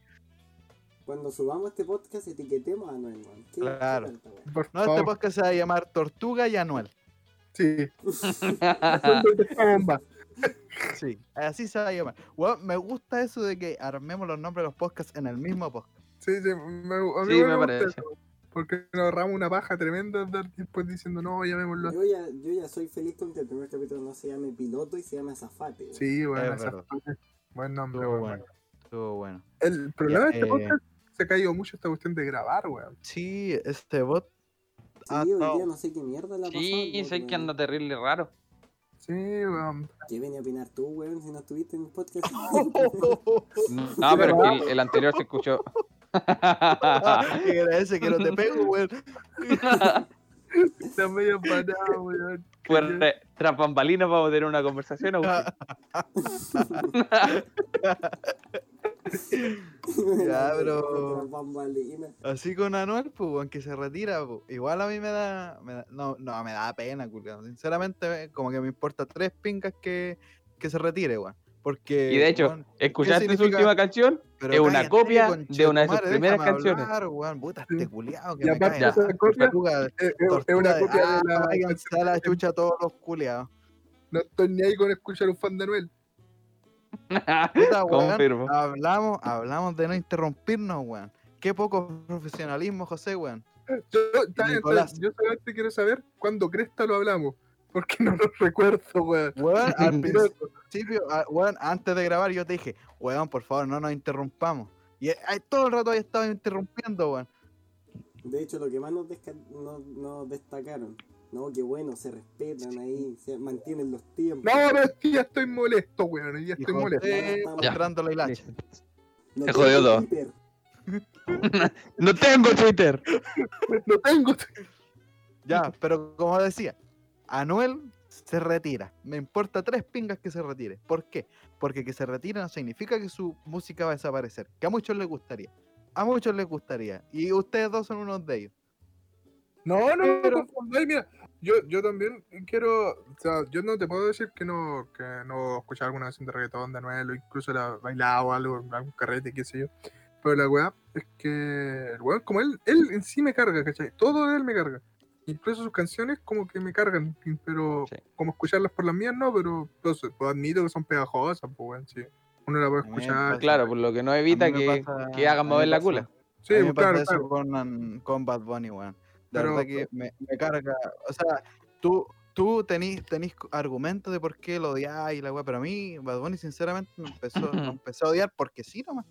[SPEAKER 4] Cuando subamos este podcast, etiquetemos a Anuel, weón. ¿Qué- qué
[SPEAKER 6] Claro.
[SPEAKER 4] tanta weá?
[SPEAKER 3] Por
[SPEAKER 6] No, este
[SPEAKER 3] favor,
[SPEAKER 6] podcast se va a llamar Tortuga y Anuel.
[SPEAKER 3] sí.
[SPEAKER 2] Ah.
[SPEAKER 6] (laughs)
[SPEAKER 3] Suelta esta bomba.
[SPEAKER 6] Sí, así se va a llamar. Weón, me gusta eso de que armemos los nombres de los podcasts en el mismo podcast.
[SPEAKER 3] Sí, sí, me, a mí
[SPEAKER 2] Sí,
[SPEAKER 3] igual
[SPEAKER 2] me
[SPEAKER 3] me gusta
[SPEAKER 2] parece.
[SPEAKER 3] eso, Porque nos ahorramos una paja tremenda andar después diciendo, no, llamémoslo así.
[SPEAKER 4] Yo ya, yo ya soy feliz con que el primer capítulo no se llame piloto y se llame azafate. weón.
[SPEAKER 3] Sí, bueno,
[SPEAKER 6] Es
[SPEAKER 3] esa
[SPEAKER 6] verdad.
[SPEAKER 3] fue- buen nombre,
[SPEAKER 6] Estuvo
[SPEAKER 3] weón.
[SPEAKER 6] bueno. Estuvo bueno.
[SPEAKER 3] El problema
[SPEAKER 6] Ya,
[SPEAKER 3] de este
[SPEAKER 6] eh.
[SPEAKER 3] podcast se ha caído mucho esta cuestión de grabar, weón.
[SPEAKER 6] Sí, este
[SPEAKER 3] (laughs)
[SPEAKER 6] bot.
[SPEAKER 4] Sí,
[SPEAKER 6] Ah,
[SPEAKER 4] hoy
[SPEAKER 6] no.
[SPEAKER 4] día no sé qué mierda la pues,
[SPEAKER 2] Sí, sé que anda
[SPEAKER 4] anda.
[SPEAKER 2] terrible raro.
[SPEAKER 3] Sí, weón.
[SPEAKER 4] ¿Qué venía a opinar tú, weón, si no estuviste en el
[SPEAKER 6] (laughs)
[SPEAKER 4] podcast? (laughs)
[SPEAKER 2] No, pero es que el, el anterior se (laughs) escuchó.
[SPEAKER 6] Que era ese que no te pego, weón.
[SPEAKER 3] Está medio parado, weón.
[SPEAKER 2] Fuerte, Pues tras bambalinas vamos a tener una conversación.
[SPEAKER 6] Ah,
[SPEAKER 2] Agustín.
[SPEAKER 6] Ya,
[SPEAKER 4] La
[SPEAKER 6] pero-
[SPEAKER 4] (laughs) weón, las bambalinas.
[SPEAKER 6] Así con Anuel, pues, weón, que se retira, pues. Igual a mí me da. me da- no, no, me da pena, culiao. Sinceramente, eh, como que me importa tres pingas que, que se retire, weón. Porque.
[SPEAKER 2] Y de hecho,
[SPEAKER 6] weón,
[SPEAKER 2] ¿Escuchaste su
[SPEAKER 6] significa?
[SPEAKER 2] última
[SPEAKER 6] (laughs)
[SPEAKER 2] canción?
[SPEAKER 6] pero
[SPEAKER 2] es una
[SPEAKER 6] cállate,
[SPEAKER 2] copia de una de sus
[SPEAKER 6] conchetumare,
[SPEAKER 2] primeras
[SPEAKER 6] déjame
[SPEAKER 2] canciones.
[SPEAKER 6] hablar, weón. Puta, este
[SPEAKER 3] Sí.
[SPEAKER 6] culiao que
[SPEAKER 3] Y
[SPEAKER 6] me cae.
[SPEAKER 3] aparte
[SPEAKER 2] Ya.
[SPEAKER 3] esa copia
[SPEAKER 6] Tortuga-
[SPEAKER 3] Eh, es, es- es una
[SPEAKER 6] tortuga de-
[SPEAKER 3] copia de
[SPEAKER 6] ah,
[SPEAKER 3] la...
[SPEAKER 6] váyanse a la chucha todos los culiados.
[SPEAKER 3] No estoy ni ahí con escuchar un fan de Noel.
[SPEAKER 6] Puta, Ah, weón, Ah,
[SPEAKER 2] Confirmo.
[SPEAKER 6] Hablamos, hablamos de no interrumpirnos, weón. Qué poco profesionalismo, José, weón.
[SPEAKER 3] Yo, está bien, está bien.
[SPEAKER 6] Nicolás.
[SPEAKER 3] Yo solamente quiero saber cuándo Cresta lo hablamos. Porque no lo (laughs) recuerdo, weón.
[SPEAKER 6] Weón,
[SPEAKER 3] (laughs)
[SPEAKER 6] al principio, a- weón, antes de grabar yo te dije, weón, por favor, no nos interrumpamos. Y eh, ay, todo el rato ahí estaba interrumpiendo, weón.
[SPEAKER 4] De hecho, lo que más nos, desca- nos, nos destacaron. No, qué bueno, se respetan ahí, se mantienen los tiempos.
[SPEAKER 3] No, pero sí, ya estoy molesto, weón. Ya
[SPEAKER 6] Y
[SPEAKER 3] estoy molesto.
[SPEAKER 6] José
[SPEAKER 4] Ya.
[SPEAKER 6] mostrando la hilacha.
[SPEAKER 4] No
[SPEAKER 2] Se
[SPEAKER 4] tengo
[SPEAKER 2] jodió todo.
[SPEAKER 4] Twitter.
[SPEAKER 2] No tengo Twitter.
[SPEAKER 3] No tengo.
[SPEAKER 6] Ya, pero como decía, Anuel se retira. Me importa tres pingas que se retire. ¿Por qué? Porque que se retire no significa que su música va a desaparecer. Que a muchos les gustaría. A muchos les gustaría. Y ustedes dos son unos de ellos.
[SPEAKER 3] No, no,
[SPEAKER 6] Pero-
[SPEAKER 3] no, confundáis, mira, yo, yo también quiero, o sea, yo no te puedo decir que no, que no escuché alguna canción de reggaetón de Anuel, o incluso la bailaba o algo, en algún carrete, qué sé yo, pero la weá es que, el weón, como él, él en sí me carga, ¿cachai? Todo de él me carga, incluso sus canciones como que me cargan, pero
[SPEAKER 2] Sí.
[SPEAKER 3] como escucharlas por las mías no, pero pues, pues, admito que son pegajosas, pues weón, sí, uno la puede
[SPEAKER 6] A mí me
[SPEAKER 3] escuchar,
[SPEAKER 6] pasa-
[SPEAKER 2] Claro, por lo que no evita
[SPEAKER 6] A mí me
[SPEAKER 2] que,
[SPEAKER 6] pasa-
[SPEAKER 2] que
[SPEAKER 6] a
[SPEAKER 2] hagan
[SPEAKER 6] mí
[SPEAKER 2] mover
[SPEAKER 6] me
[SPEAKER 2] la
[SPEAKER 6] pasa-
[SPEAKER 2] cula.
[SPEAKER 3] sí,
[SPEAKER 6] a mí me pasa
[SPEAKER 3] claro,
[SPEAKER 6] eso
[SPEAKER 3] claro,
[SPEAKER 6] Con, an- con Bad Bunny, weón. La
[SPEAKER 3] Pero-
[SPEAKER 6] verdad que me, me carga. O sea, tú, tú tenís, tenís cu- argumentos de por qué lo odiáis y la weá, pero a mí, Bad Bunny, sinceramente, me
[SPEAKER 2] (clears throat)
[SPEAKER 6] empezó, lo empecé a odiar porque sí nomás.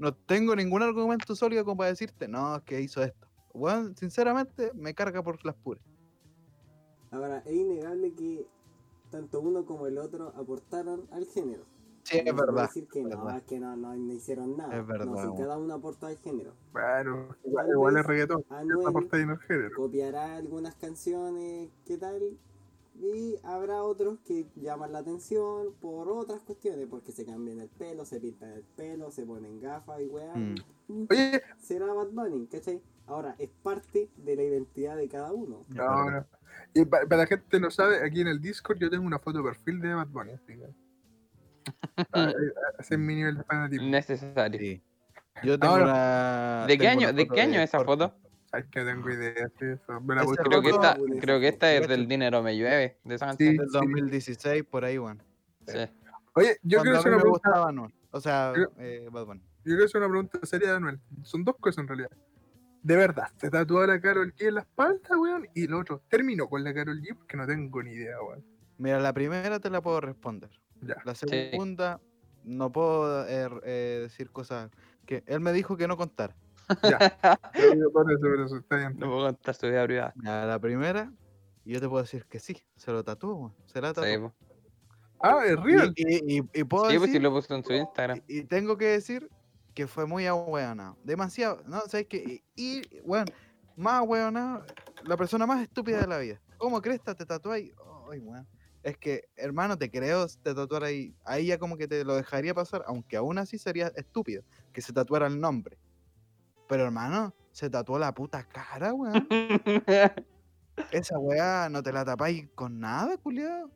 [SPEAKER 6] No tengo ningún argumento sólido como para decirte, no, es que hizo esto. Weón, sinceramente, me carga por las puras.
[SPEAKER 4] Ahora, es innegable que tanto uno como el otro aportaron al género.
[SPEAKER 6] Sí,
[SPEAKER 4] No se
[SPEAKER 6] es
[SPEAKER 4] puede
[SPEAKER 6] verdad.
[SPEAKER 4] decir que
[SPEAKER 6] es
[SPEAKER 4] no,
[SPEAKER 6] verdad.
[SPEAKER 4] es que no, no, no hicieron nada.
[SPEAKER 6] Es verdad,
[SPEAKER 4] No, si
[SPEAKER 6] weón.
[SPEAKER 4] cada uno aportó al género.
[SPEAKER 3] bueno, igual,
[SPEAKER 4] Tal
[SPEAKER 3] igual
[SPEAKER 4] vez
[SPEAKER 3] es reggaetón,
[SPEAKER 4] Anuel-
[SPEAKER 3] aporta dinero al género.
[SPEAKER 4] copiará algunas canciones, ¿qué tal? Y habrá otros que llaman la atención por otras cuestiones, porque se cambian el pelo, se pintan el pelo, se ponen gafas y weá.
[SPEAKER 6] Mm.
[SPEAKER 3] Oye,
[SPEAKER 4] Será Bad Bunny, ¿cachai? Ahora, es parte de la identidad de cada uno.
[SPEAKER 6] (laughs) es
[SPEAKER 3] No,
[SPEAKER 6] verdad.
[SPEAKER 3] no. Y pa- para, la gente que no sabe, aquí en el Discord yo tengo una foto de perfil de Bad Bunny. así
[SPEAKER 6] (laughs)
[SPEAKER 3] que- Ah, eh, Ese es mi nivel de
[SPEAKER 6] Mm.
[SPEAKER 3] fanatismo.
[SPEAKER 2] Necesario.
[SPEAKER 6] Sí. Yo tengo
[SPEAKER 3] Ahora-
[SPEAKER 6] una-
[SPEAKER 2] ¿De qué
[SPEAKER 6] tengo una
[SPEAKER 2] año, ¿de
[SPEAKER 6] foto
[SPEAKER 2] qué año es esa
[SPEAKER 6] Jorge.
[SPEAKER 2] foto?
[SPEAKER 3] Sabes que no tengo idea. sí, eso, me la
[SPEAKER 6] Ese
[SPEAKER 3] puse
[SPEAKER 2] Creo que
[SPEAKER 3] por-
[SPEAKER 2] esta,
[SPEAKER 4] Foto.
[SPEAKER 2] creo que esta es del Dinero Me Llueve, de esa
[SPEAKER 3] Sí,
[SPEAKER 2] canción.
[SPEAKER 6] Del
[SPEAKER 3] sí.
[SPEAKER 6] 2016, por ahí, weón.
[SPEAKER 2] Sí.
[SPEAKER 3] Oye, yo quiero,
[SPEAKER 6] Cuando a mí
[SPEAKER 3] hacer una
[SPEAKER 6] me
[SPEAKER 3] pregunta,
[SPEAKER 6] gustaba Anuel. O sea,
[SPEAKER 3] Creo-
[SPEAKER 6] eh, Bad Bunny.
[SPEAKER 3] yo quiero hacer una pregunta seria de Anuel. Son dos cosas en realidad. De verdad, se tatuó la Carol G en la espalda, weón. Y el otro terminó con la Carol G porque no tengo ni idea, weón.
[SPEAKER 6] Mira, la primera te la puedo responder.
[SPEAKER 3] Ya.
[SPEAKER 6] La segunda, no puedo eh, r- eh, decir cosas que él me dijo que no contar.
[SPEAKER 3] Yo- por eso, por eso, está
[SPEAKER 6] (laughs)
[SPEAKER 3] bien.
[SPEAKER 2] No puedo contar su vida privada.
[SPEAKER 6] A la primera, yo te puedo decir que sí, se lo tatuó, weón, se la
[SPEAKER 2] Sí,
[SPEAKER 6] tatuó.
[SPEAKER 2] po.
[SPEAKER 3] Ah, es
[SPEAKER 6] Y-
[SPEAKER 3] real.
[SPEAKER 6] y, y- y puedo
[SPEAKER 2] Sí, pues sí
[SPEAKER 6] decir-
[SPEAKER 2] lo puso en su Instagram.
[SPEAKER 6] (laughs) y, y tengo que decir que fue muy ahueonado. Demasiado, ¿no? ¿Sabes qué? Y, y, weón, más weona, la persona más estúpida de la vida. ¿Cómo cresta te tatuáis? Ay, weón. Es que, hermano, te creo te tatuar ahí. Ahí ya como que te lo dejaría pasar, aunque aún así sería estúpido que se tatuara el nombre. Pero, hermano, se tatuó la puta cara,
[SPEAKER 2] (laughs)
[SPEAKER 6] weón. Esa weá no te la tapáis con nada, culiado.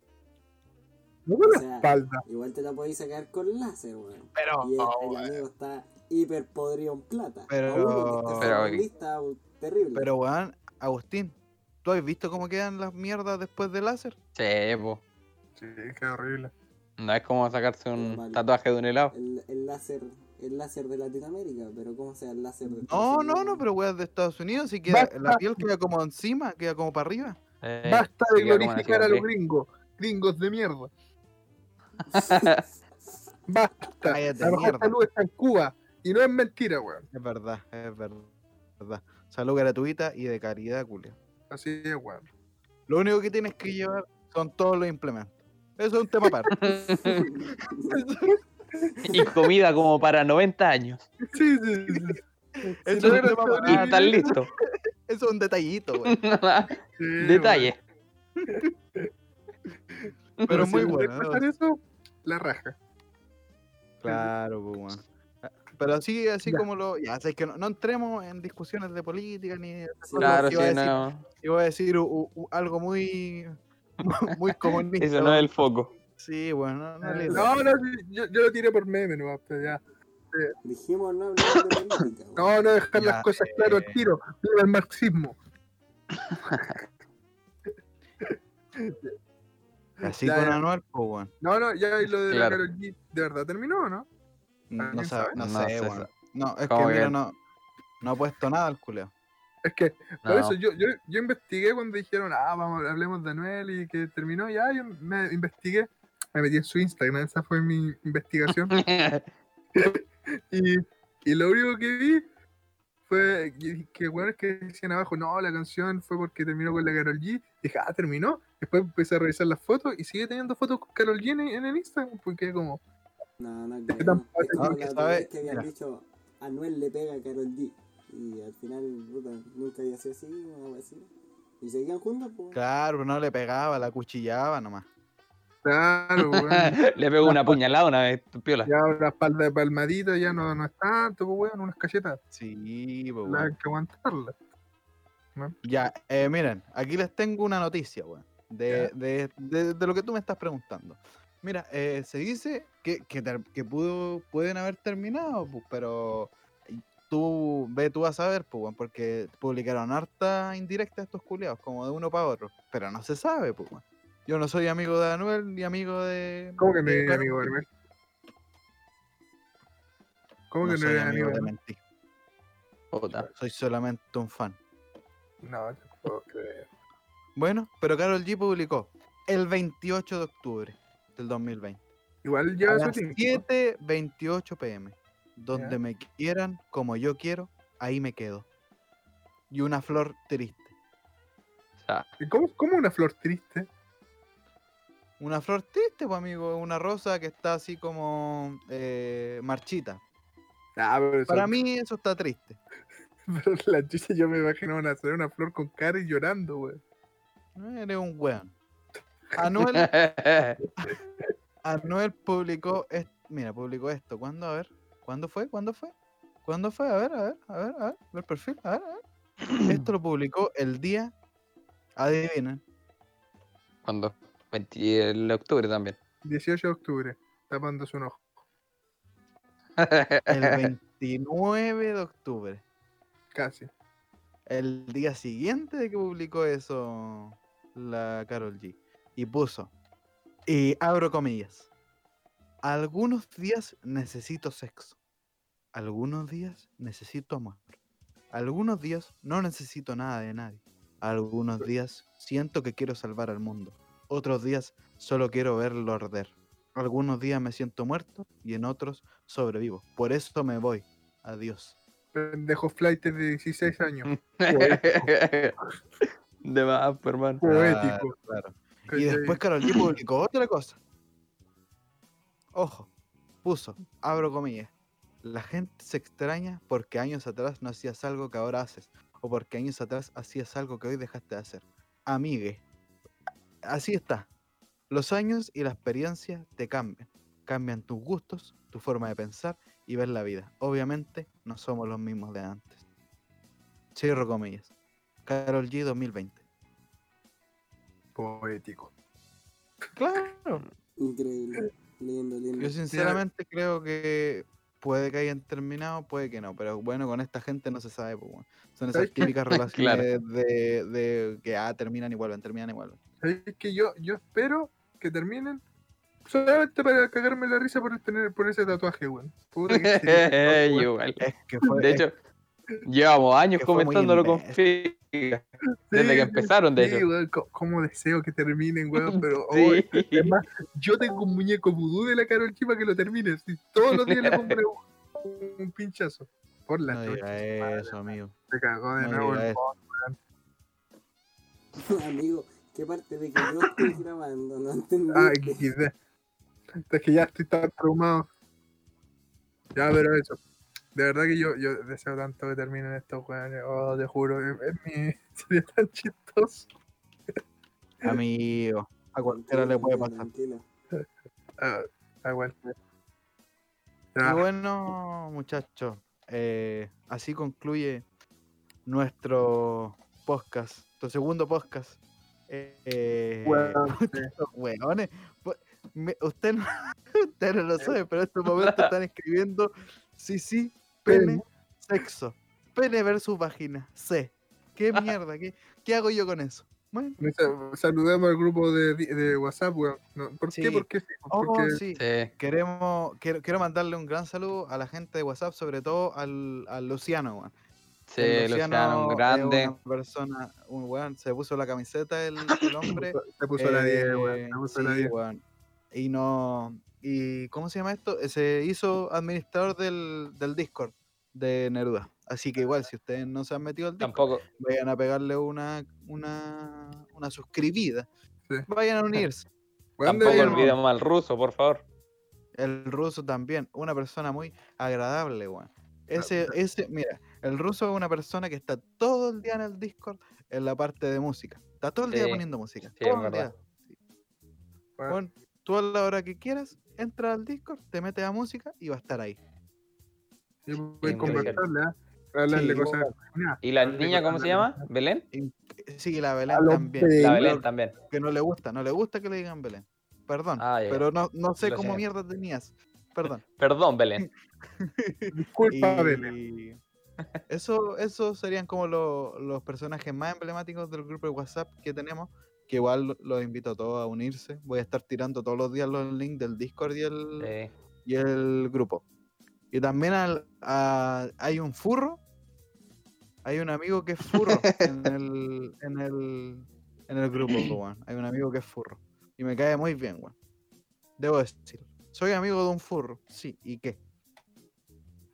[SPEAKER 3] No con
[SPEAKER 4] O sea,
[SPEAKER 3] la espalda.
[SPEAKER 4] Igual te la podéis sacar con láser, weón.
[SPEAKER 6] Pero,
[SPEAKER 4] Y el,
[SPEAKER 6] oh,
[SPEAKER 4] el amigo está hiper podrido en plata. este A
[SPEAKER 6] Pero-
[SPEAKER 4] uno que
[SPEAKER 5] Pero-
[SPEAKER 4] está sacando lista, uh, terrible.
[SPEAKER 6] pero weón, Agustín, ¿tú has visto cómo quedan las mierdas después del láser?
[SPEAKER 5] Sí, po.
[SPEAKER 3] Sí, qué horrible.
[SPEAKER 5] No es como sacarse un
[SPEAKER 4] Normal.
[SPEAKER 5] tatuaje de un helado.
[SPEAKER 4] el, el láser, el láser de Latinoamérica, pero ¿cómo sea el láser de
[SPEAKER 6] No,
[SPEAKER 4] Estados
[SPEAKER 6] no,
[SPEAKER 4] Unidos? (laughs)
[SPEAKER 6] no, pero weón de Estados Unidos, si queda, la
[SPEAKER 3] Basta.
[SPEAKER 6] piel queda como encima, queda como para arriba.
[SPEAKER 5] Eh,
[SPEAKER 3] Basta de
[SPEAKER 5] queda como
[SPEAKER 3] glorificar a
[SPEAKER 5] nacido,
[SPEAKER 3] los
[SPEAKER 5] ¿ok?
[SPEAKER 3] gringos. Gringos de mierda. Basta.
[SPEAKER 6] Cállate,
[SPEAKER 3] la mejor
[SPEAKER 6] mierda.
[SPEAKER 3] salud está en Cuba. Y no es mentira, weón.
[SPEAKER 6] Es verdad, es verdad. verdad. Salud gratuita y de calidad, culiao.
[SPEAKER 3] Así es, weón.
[SPEAKER 6] Lo único que tienes que llevar son todos los implementos. Eso es un tema aparte.
[SPEAKER 2] (laughs) (laughs) Y comida como para 90 años.
[SPEAKER 3] Sí, sí, (laughs) sí. sí.
[SPEAKER 6] Eso
[SPEAKER 3] no
[SPEAKER 6] es un
[SPEAKER 3] era
[SPEAKER 6] tema
[SPEAKER 3] todo
[SPEAKER 6] aparte.
[SPEAKER 2] Ah, estás (laughs) listo.
[SPEAKER 6] Eso es un detallito, güey.
[SPEAKER 3] Sí, weón.
[SPEAKER 2] Detalle.
[SPEAKER 6] Pero
[SPEAKER 3] si
[SPEAKER 6] muy
[SPEAKER 3] no
[SPEAKER 6] bueno.
[SPEAKER 3] dejas hacer eso, la raja.
[SPEAKER 6] Claro, pues, weón. Pero así, así
[SPEAKER 3] Ya.
[SPEAKER 6] como lo. Ya, sabes que no, no entremos en discusiones de política ni. de esas cosas,
[SPEAKER 5] Claro,
[SPEAKER 6] porque iba a
[SPEAKER 5] sí,
[SPEAKER 6] decir-
[SPEAKER 5] no.
[SPEAKER 6] Iba a decir u- u- algo muy. (laughs) Muy comunista.
[SPEAKER 2] Eso no es
[SPEAKER 6] weón.
[SPEAKER 2] el foco.
[SPEAKER 6] Sí, bueno, no, no, es la idea.
[SPEAKER 3] No, no, sí, yo, yo lo tiré por meme, no, pero ya.
[SPEAKER 4] Dijimos no hablar de política.
[SPEAKER 3] No,
[SPEAKER 4] weón.
[SPEAKER 3] no dejar
[SPEAKER 6] Ya,
[SPEAKER 3] las cosas claras al tiro. Viva el marxismo.
[SPEAKER 6] Así
[SPEAKER 3] Ya,
[SPEAKER 6] con
[SPEAKER 3] ya.
[SPEAKER 6] Anual, pues, weón.
[SPEAKER 3] No, no, ya y lo de
[SPEAKER 5] Claro.
[SPEAKER 3] la Karol G, ¿de verdad terminó o no?
[SPEAKER 6] No,
[SPEAKER 3] ¿Alguien
[SPEAKER 6] sabe,
[SPEAKER 3] sabe?
[SPEAKER 6] Mm, no,
[SPEAKER 5] No
[SPEAKER 6] sé,
[SPEAKER 5] sé,
[SPEAKER 6] weón.
[SPEAKER 5] sa-
[SPEAKER 6] No, es que
[SPEAKER 5] ¿cómo
[SPEAKER 6] mira,
[SPEAKER 5] que?
[SPEAKER 6] no. No ha puesto nada al culeo.
[SPEAKER 3] Es que, por
[SPEAKER 5] No.
[SPEAKER 3] eso, yo, yo, yo investigué cuando dijeron, ah, vamos, hablemos de Anuel y que terminó, ya, yo me investigué. Me metí en su Instagram, esa fue mi investigación. Y, y lo único que vi fue que- que bueno, que decían abajo, no, la canción fue porque terminó con la Carol G. dije, ah, terminó. Después empecé a revisar las fofotos y sigue teniendo fotos con Carol G en, en el Instagram. Porque como,
[SPEAKER 4] No, no,
[SPEAKER 3] que
[SPEAKER 4] creo.
[SPEAKER 6] Ah.
[SPEAKER 3] tampoco-
[SPEAKER 4] Es como
[SPEAKER 6] no, que
[SPEAKER 4] la otra
[SPEAKER 6] sabe-
[SPEAKER 4] vez que habían
[SPEAKER 6] mira.
[SPEAKER 4] dicho Anuel le pega a Carol G. Y al final, puta, nunca había sido así, o algo así. Y seguían juntos, pues.
[SPEAKER 6] Claro, no le pegaba, la cuchillaba nomás.
[SPEAKER 3] claro, weón,
[SPEAKER 6] (laughs)
[SPEAKER 2] (laughs) Le pegó una puñalada una vez, tu piola.
[SPEAKER 3] ya una espalda de palmadita ya no, no es tanto, pues, weón, unas cachetas,
[SPEAKER 6] Sí, pues,
[SPEAKER 3] la hay
[SPEAKER 6] weón.
[SPEAKER 3] que aguantarla.
[SPEAKER 6] Ya, eh, miren, aquí les tengo una noticia, weón. De, de, de- de lo que tú me estás preguntando. Mira, eh, se dice que, que, ter- que pudo, pueden haber terminado, pues, pero tú ve tú a saber, pues, weón, porque publicaron harta indirecta estos culiados, como de uno para otro. Pero no se sabe, pues, weón. Yo no soy amigo de Anuel ni amigo de.
[SPEAKER 3] ¿Cómo que no
[SPEAKER 6] de
[SPEAKER 3] eres
[SPEAKER 6] Karol
[SPEAKER 3] amigo
[SPEAKER 6] G.
[SPEAKER 3] de Anuel? ¿Cómo
[SPEAKER 6] No
[SPEAKER 3] que no
[SPEAKER 6] soy
[SPEAKER 3] eres amigo
[SPEAKER 6] amigo
[SPEAKER 3] de
[SPEAKER 6] de
[SPEAKER 3] Anuel?
[SPEAKER 6] Mentí.
[SPEAKER 5] Puta.
[SPEAKER 6] Soy solamente un fan.
[SPEAKER 3] No, te puedo creer.
[SPEAKER 6] Bueno, pero Carol G publicó el 28 de octubre del 2020.
[SPEAKER 3] Igual
[SPEAKER 6] A
[SPEAKER 3] lleva su
[SPEAKER 6] las
[SPEAKER 3] tiempo.
[SPEAKER 6] 7.28 pm. Donde
[SPEAKER 3] Ya.
[SPEAKER 6] me quieran como yo quiero, ahí me quedo. Y una flor triste.
[SPEAKER 5] O sea,
[SPEAKER 3] ¿Y ¿Cómo, ¿Cómo una flor triste?
[SPEAKER 6] Una flor triste, pues amigo, una rosa que está así como eh, marchita.
[SPEAKER 3] Ah, pero eso-
[SPEAKER 6] Para mí eso está triste.
[SPEAKER 3] (laughs) pero la chucha yo me imagino una, hacer una flor con cara y llorando, güey.
[SPEAKER 6] Eres un
[SPEAKER 3] (laughs)
[SPEAKER 6] weón. Anuel,
[SPEAKER 2] (laughs)
[SPEAKER 6] Anuel publicó esto. Mira, publicó esto. ¿Cuándo? A ver. ¿Cuándo fue? ¿Cuándo fue? ¿Cuándo fue? A ver, a ver, a ver, a ver. El perfil. A ver,
[SPEAKER 3] (clears throat)
[SPEAKER 6] a ver. Esto lo publicó el día. Adivinen.
[SPEAKER 5] ¿Cuándo? 20 el octubre
[SPEAKER 2] (laughs)
[SPEAKER 5] también.
[SPEAKER 3] 18 de octubre, tapándose un ojo.
[SPEAKER 6] El 29 de octubre.
[SPEAKER 3] Casi.
[SPEAKER 6] El día siguiente de que publicó eso la Carol G. Y puso. Y abro comillas. Algunos días necesito sexo. Algunos días necesito amor. Algunos días no necesito nada de nadie. Algunos días siento que quiero salvar al mundo. Otros días solo quiero verlo arder. Algunos días me siento muerto y en otros sobrevivo. Por eso me voy. Adiós.
[SPEAKER 3] Pendejo flight de 16
[SPEAKER 2] (laughs)
[SPEAKER 3] años.
[SPEAKER 5] De más, pues,
[SPEAKER 2] Ah,
[SPEAKER 5] hermano.
[SPEAKER 3] Poético.
[SPEAKER 6] Claro.
[SPEAKER 3] ¿cachai?
[SPEAKER 6] Y después Carol G publicó otra cosa. Ojo, puso, abro comillas. La gente se extraña porque años atrás no hacías algo que ahora haces. O o porque años atrás hacías algo que hoy dejaste de hacer. Amigue. Así está. Los años y la experiencia te cambian. Cambian tus gustos, tu forma de pensar y ver la vida. Obviamente no somos los mismos de antes. Cierro comillas. Carol G 2020.
[SPEAKER 3] Poético.
[SPEAKER 6] Claro.
[SPEAKER 4] Increíble. Lindo, lindo.
[SPEAKER 6] Yo sinceramente creo que puede que hayan terminado, puede que no, pero bueno, con esta gente no se sabe. pues, weón. Son esas
[SPEAKER 3] ¿Sabes qué?
[SPEAKER 6] (laughs) típicas relaciones de, de que ah, terminan y vuelven, terminan y vuelven.
[SPEAKER 3] Es que yo, yo espero que terminen solamente para cagarme la risa por, tener, por ese tatuaje, weón. Puta
[SPEAKER 2] (laughs)
[SPEAKER 3] que
[SPEAKER 2] Eh,
[SPEAKER 3] sí, weón.
[SPEAKER 2] igual.
[SPEAKER 6] Es que fue,
[SPEAKER 2] De hecho, llevamos años
[SPEAKER 6] que fue muy
[SPEAKER 2] comentándolo con Figa. Desde que empezaron, de
[SPEAKER 3] Sí,
[SPEAKER 2] hecho.
[SPEAKER 3] weón, co- cómo deseo que
[SPEAKER 2] (laughs)
[SPEAKER 3] terminen, weón, pero hoy
[SPEAKER 2] Sí.
[SPEAKER 3] Es más, yo tengo un muñeco vudú de la Carol Chiva que lo termine. Si todos los días le compré
[SPEAKER 6] (laughs)
[SPEAKER 3] un, un pinchazo. Por la
[SPEAKER 6] no
[SPEAKER 3] noche.
[SPEAKER 6] diga eso, amigo.
[SPEAKER 3] Se cagó de
[SPEAKER 6] No
[SPEAKER 3] nuevo
[SPEAKER 6] diga
[SPEAKER 3] el
[SPEAKER 6] eso.
[SPEAKER 3] bot.
[SPEAKER 4] (laughs) Amigo, ¿qué parte de que yo estoy grabando? No entendí.
[SPEAKER 3] Ah, XD. Es que ya estoy tan traumado. Ya, pero eso. De verdad que yo, yo deseo tanto que terminen estos weones. Oh, te juro. es- es mi- (laughs) Sería tan chistoso.
[SPEAKER 6] Amigo. A cualquiera le puede pasar.
[SPEAKER 4] Tranquilo.
[SPEAKER 3] Ah, da igual.
[SPEAKER 6] Y Ah.
[SPEAKER 3] Ya,
[SPEAKER 6] bueno, muchachos, eh, así concluye nuestro podcast, tu segundo podcast. Eh,
[SPEAKER 3] Weón,
[SPEAKER 6] (laughs) estos weones, po- me- usted, no, (laughs) usted no lo sabe, pero en estos momentos están escribiendo sí, sí, pene,
[SPEAKER 3] Pene.
[SPEAKER 6] sexo, pene versus vagina, C. (laughs) ¿Qué mierda? ¿Qué, qué hago yo con eso? Bueno,
[SPEAKER 3] me sa- Saludemos al grupo de, de WhatsApp, weón. No, ¿Por
[SPEAKER 6] Sí.
[SPEAKER 3] qué? ¿Por qué?
[SPEAKER 6] oh,
[SPEAKER 3] Porque
[SPEAKER 6] sí.
[SPEAKER 2] Sí.
[SPEAKER 6] Queremos, quiero, quiero mandarle un gran saludo a la gente de WhatsApp, sobre todo al, al Luciano, weón.
[SPEAKER 2] Sí,
[SPEAKER 6] El eh,
[SPEAKER 2] Luciano, un
[SPEAKER 6] es
[SPEAKER 2] grande.
[SPEAKER 6] Una persona, un weón, se puso la camiseta
[SPEAKER 3] (laughs)
[SPEAKER 6] el, el hombre.
[SPEAKER 3] se puso la 10, weón.
[SPEAKER 6] eh,
[SPEAKER 3] Se puso
[SPEAKER 6] sí,
[SPEAKER 3] la 10.
[SPEAKER 6] weón. Y no. ¿Y cómo se llama esto? Eh, Se hizo administrador del, del Discord de Neruda. Así que igual, si ustedes no se han metido al Discord,
[SPEAKER 2] Tampoco.
[SPEAKER 6] vayan a pegarle una, una, una suscribida.
[SPEAKER 3] Sí.
[SPEAKER 6] Vayan a unirse.
[SPEAKER 3] Weón,
[SPEAKER 2] Tampoco
[SPEAKER 3] deberíamos-
[SPEAKER 2] olvidemos al ruso, por favor.
[SPEAKER 6] El ruso también, una persona muy agradable, weón. Ese, ese, mira, el ruso es una persona que está todo el día en el Discord en la parte de música. Está todo el día
[SPEAKER 2] Sí,
[SPEAKER 6] poniendo música.
[SPEAKER 2] sí, es
[SPEAKER 6] todo el
[SPEAKER 2] verdad.
[SPEAKER 6] día.
[SPEAKER 3] Bueno.
[SPEAKER 6] Weón, tú a la hora que quieras, entra al Discord, te metes a música y va a estar ahí.
[SPEAKER 3] Yo voy a
[SPEAKER 2] Increíble.
[SPEAKER 3] conversarle, ¿ah? hablarle
[SPEAKER 6] Sí,
[SPEAKER 3] cosas. Mira,
[SPEAKER 2] ¿Y la
[SPEAKER 3] hablarle
[SPEAKER 2] niña cómo
[SPEAKER 3] cosas
[SPEAKER 2] se
[SPEAKER 3] de-
[SPEAKER 2] llama? ¿Belén?
[SPEAKER 6] Sí, la Belén
[SPEAKER 3] A los
[SPEAKER 6] también.
[SPEAKER 3] Belén.
[SPEAKER 2] La
[SPEAKER 3] Sí,
[SPEAKER 2] Belén también.
[SPEAKER 6] Que no le gusta, no le gusta que le digan Belén. Perdón,
[SPEAKER 2] Ah, ya.
[SPEAKER 6] pero no, no sé
[SPEAKER 2] Lo
[SPEAKER 6] cómo
[SPEAKER 2] siento.
[SPEAKER 6] mierda tenías. Perdón.
[SPEAKER 2] Perdón, Belén.
[SPEAKER 3] Disculpa, Belén.
[SPEAKER 6] Y Eso, eso serían como lo- los personajes más emblemáticos del grupo de WhatsApp que tenemos. Que igual lo- los invito a todos a unirse. Voy a estar tirando todos los días los links del Discord y el,
[SPEAKER 2] Sí.
[SPEAKER 6] y el grupo. Y también al- a- hay un furro. Hay un amigo que es furro en el, en el, en el grupo, po, weón. Hay un amigo que es furro. Y me cae muy bien, weón. Debo decir. Soy amigo de un furro. Sí, ¿y qué?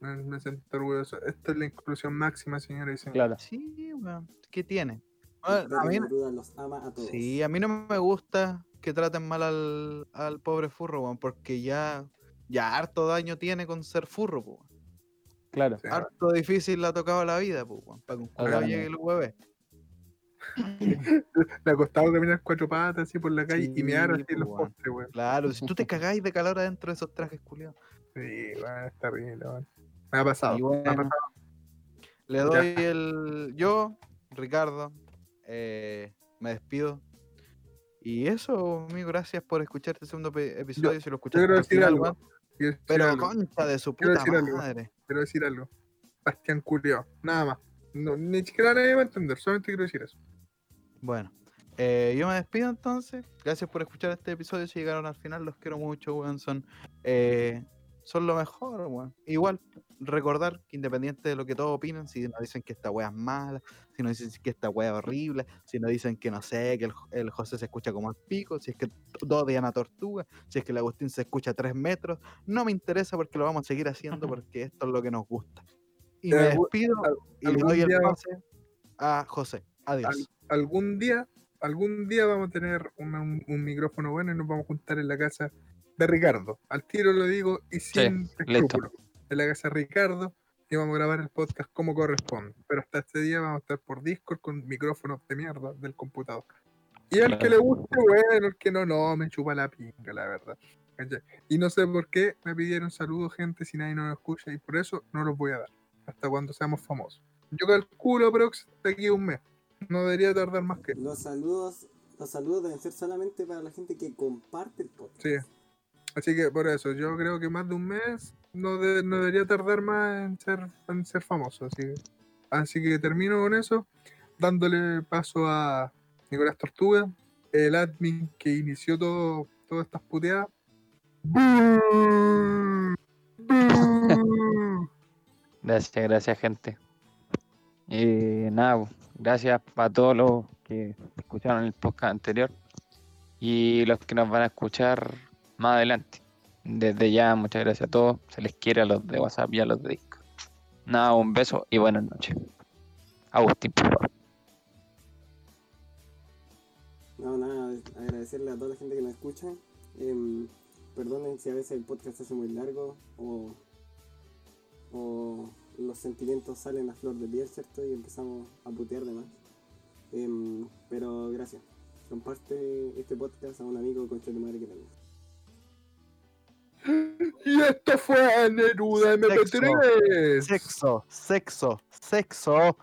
[SPEAKER 3] Me, me siento orgulloso. Esta es la inclusión máxima, señores y señores.
[SPEAKER 2] Claro.
[SPEAKER 6] Sí, weón. ¿Qué tiene?
[SPEAKER 4] Espero
[SPEAKER 6] Bueno, Ah, a mí,
[SPEAKER 4] que Neruda los ama a todos.
[SPEAKER 6] sí, a mí no me gusta que traten mal al, al pobre furro, weón, porque ya, ya harto daño tiene con ser furro, po, weón.
[SPEAKER 2] Claro.
[SPEAKER 3] Sí.
[SPEAKER 6] Harto difícil le ha tocado la vida, po, weón, para que un culiao
[SPEAKER 2] Totalmente.
[SPEAKER 6] llegue el hueve.
[SPEAKER 3] Le ha costado caminar cuatro patas así por la calle y mear
[SPEAKER 6] Sí,
[SPEAKER 3] así en los
[SPEAKER 6] pues, weón.
[SPEAKER 3] postes, weón.
[SPEAKER 6] Claro, si tú te cagáis de calor adentro de esos trajes, culiados.
[SPEAKER 3] Sí, weón, es terrible, weón. Me ha pasado.
[SPEAKER 6] Y
[SPEAKER 3] me ha
[SPEAKER 6] bueno,
[SPEAKER 3] pasado.
[SPEAKER 6] Le doy el. Yo, Ricardo, eh, me despido. Y eso, amigo, gracias por escuchar este segundo pe- episodio. si lo escuchaste
[SPEAKER 3] quiero
[SPEAKER 6] hasta el
[SPEAKER 3] decir
[SPEAKER 6] final,
[SPEAKER 3] algo,
[SPEAKER 6] weón,
[SPEAKER 3] Quiero decir
[SPEAKER 6] Pero
[SPEAKER 3] algo,
[SPEAKER 6] concha de su
[SPEAKER 3] Quiero
[SPEAKER 6] puta
[SPEAKER 3] decir algo.
[SPEAKER 6] madre.
[SPEAKER 3] quiero decir algo. Bastián Curio, nada más. No, ni siquiera nadie va a entender, solamente quiero decir eso.
[SPEAKER 6] Bueno, eh, yo me despido entonces. Gracias por escuchar este episodio. Si llegaron al final, los quiero mucho, weón. Son, eh, son lo mejor, weón. Igual, recordar que independiente de lo que todos opinan, si nos dicen que esta wea es mala, si nos dicen que esta wea es horrible, si nos dicen que no sé, que el, Jo- el José se escucha como el pico, si es que dos Diana Tortuga, si es que el Agustín se escucha a tres metros, no me interesa porque lo vamos a seguir
[SPEAKER 3] (laughs)
[SPEAKER 6] haciendo porque esto es lo que nos gusta. Y me
[SPEAKER 3] Algú-
[SPEAKER 6] despido
[SPEAKER 3] al-
[SPEAKER 6] y le
[SPEAKER 3] algún
[SPEAKER 6] doy el
[SPEAKER 3] día-
[SPEAKER 6] pase a José. Adiós.
[SPEAKER 3] Al- algún día, algún día vamos a tener una- un, un micrófono bueno y nos vamos a juntar en la casa de Ricardo. Al tiro lo digo y sin
[SPEAKER 2] listo.
[SPEAKER 3] escrúpulos. En la casa de Ricardo, y vamos a grabar el podcast como corresponde. Pero hasta este día vamos a estar por Discord con micrófonos de mierda del computador. Y al que le guste, bueno, el que no, no, me chupa la pinga, la verdad. ¿Cachai? Y no sé por qué me pidieron saludos, gente, si nadie nos escucha, y por eso no los voy a dar. Hasta cuando seamos famosos. Yo calculo, Prox, de aquí a un mes. No debería tardar más que.
[SPEAKER 4] Los saludos, los saludos deben ser solamente para la gente que comparte el podcast.
[SPEAKER 3] Sí. Así que por eso, yo creo que más de un mes no, de- no debería tardar más en ser, en ser famoso. Así que, así que termino con eso, dándole paso a Nicolás Tortuga, el admin que inició todo, todas estas puteadas. ¡Bú! ¡Bú!
[SPEAKER 9] Gracias, gracias, gente. Eh, nada, po, gracias para todos los que escucharon el podcast anterior y los que nos van a escuchar más adelante. Desde ya, muchas gracias a todos. Se les quiere a los de WhatsApp y a los de Discord. Nada, un beso y buenas noches. Agustín, por favor.
[SPEAKER 4] No, nada, agradecerle a toda la gente que nos escucha. Em, perdonen si a veces el podcast se hace muy largo o, o los sentimientos salen a flor de piel, ¿cierto? Y empezamos a putear de más. Em, pero gracias. Comparte este podcast a un amigo con tu madre que también.
[SPEAKER 3] Y esto fue Neruda MP3.
[SPEAKER 6] Sexo, sexo, sexo.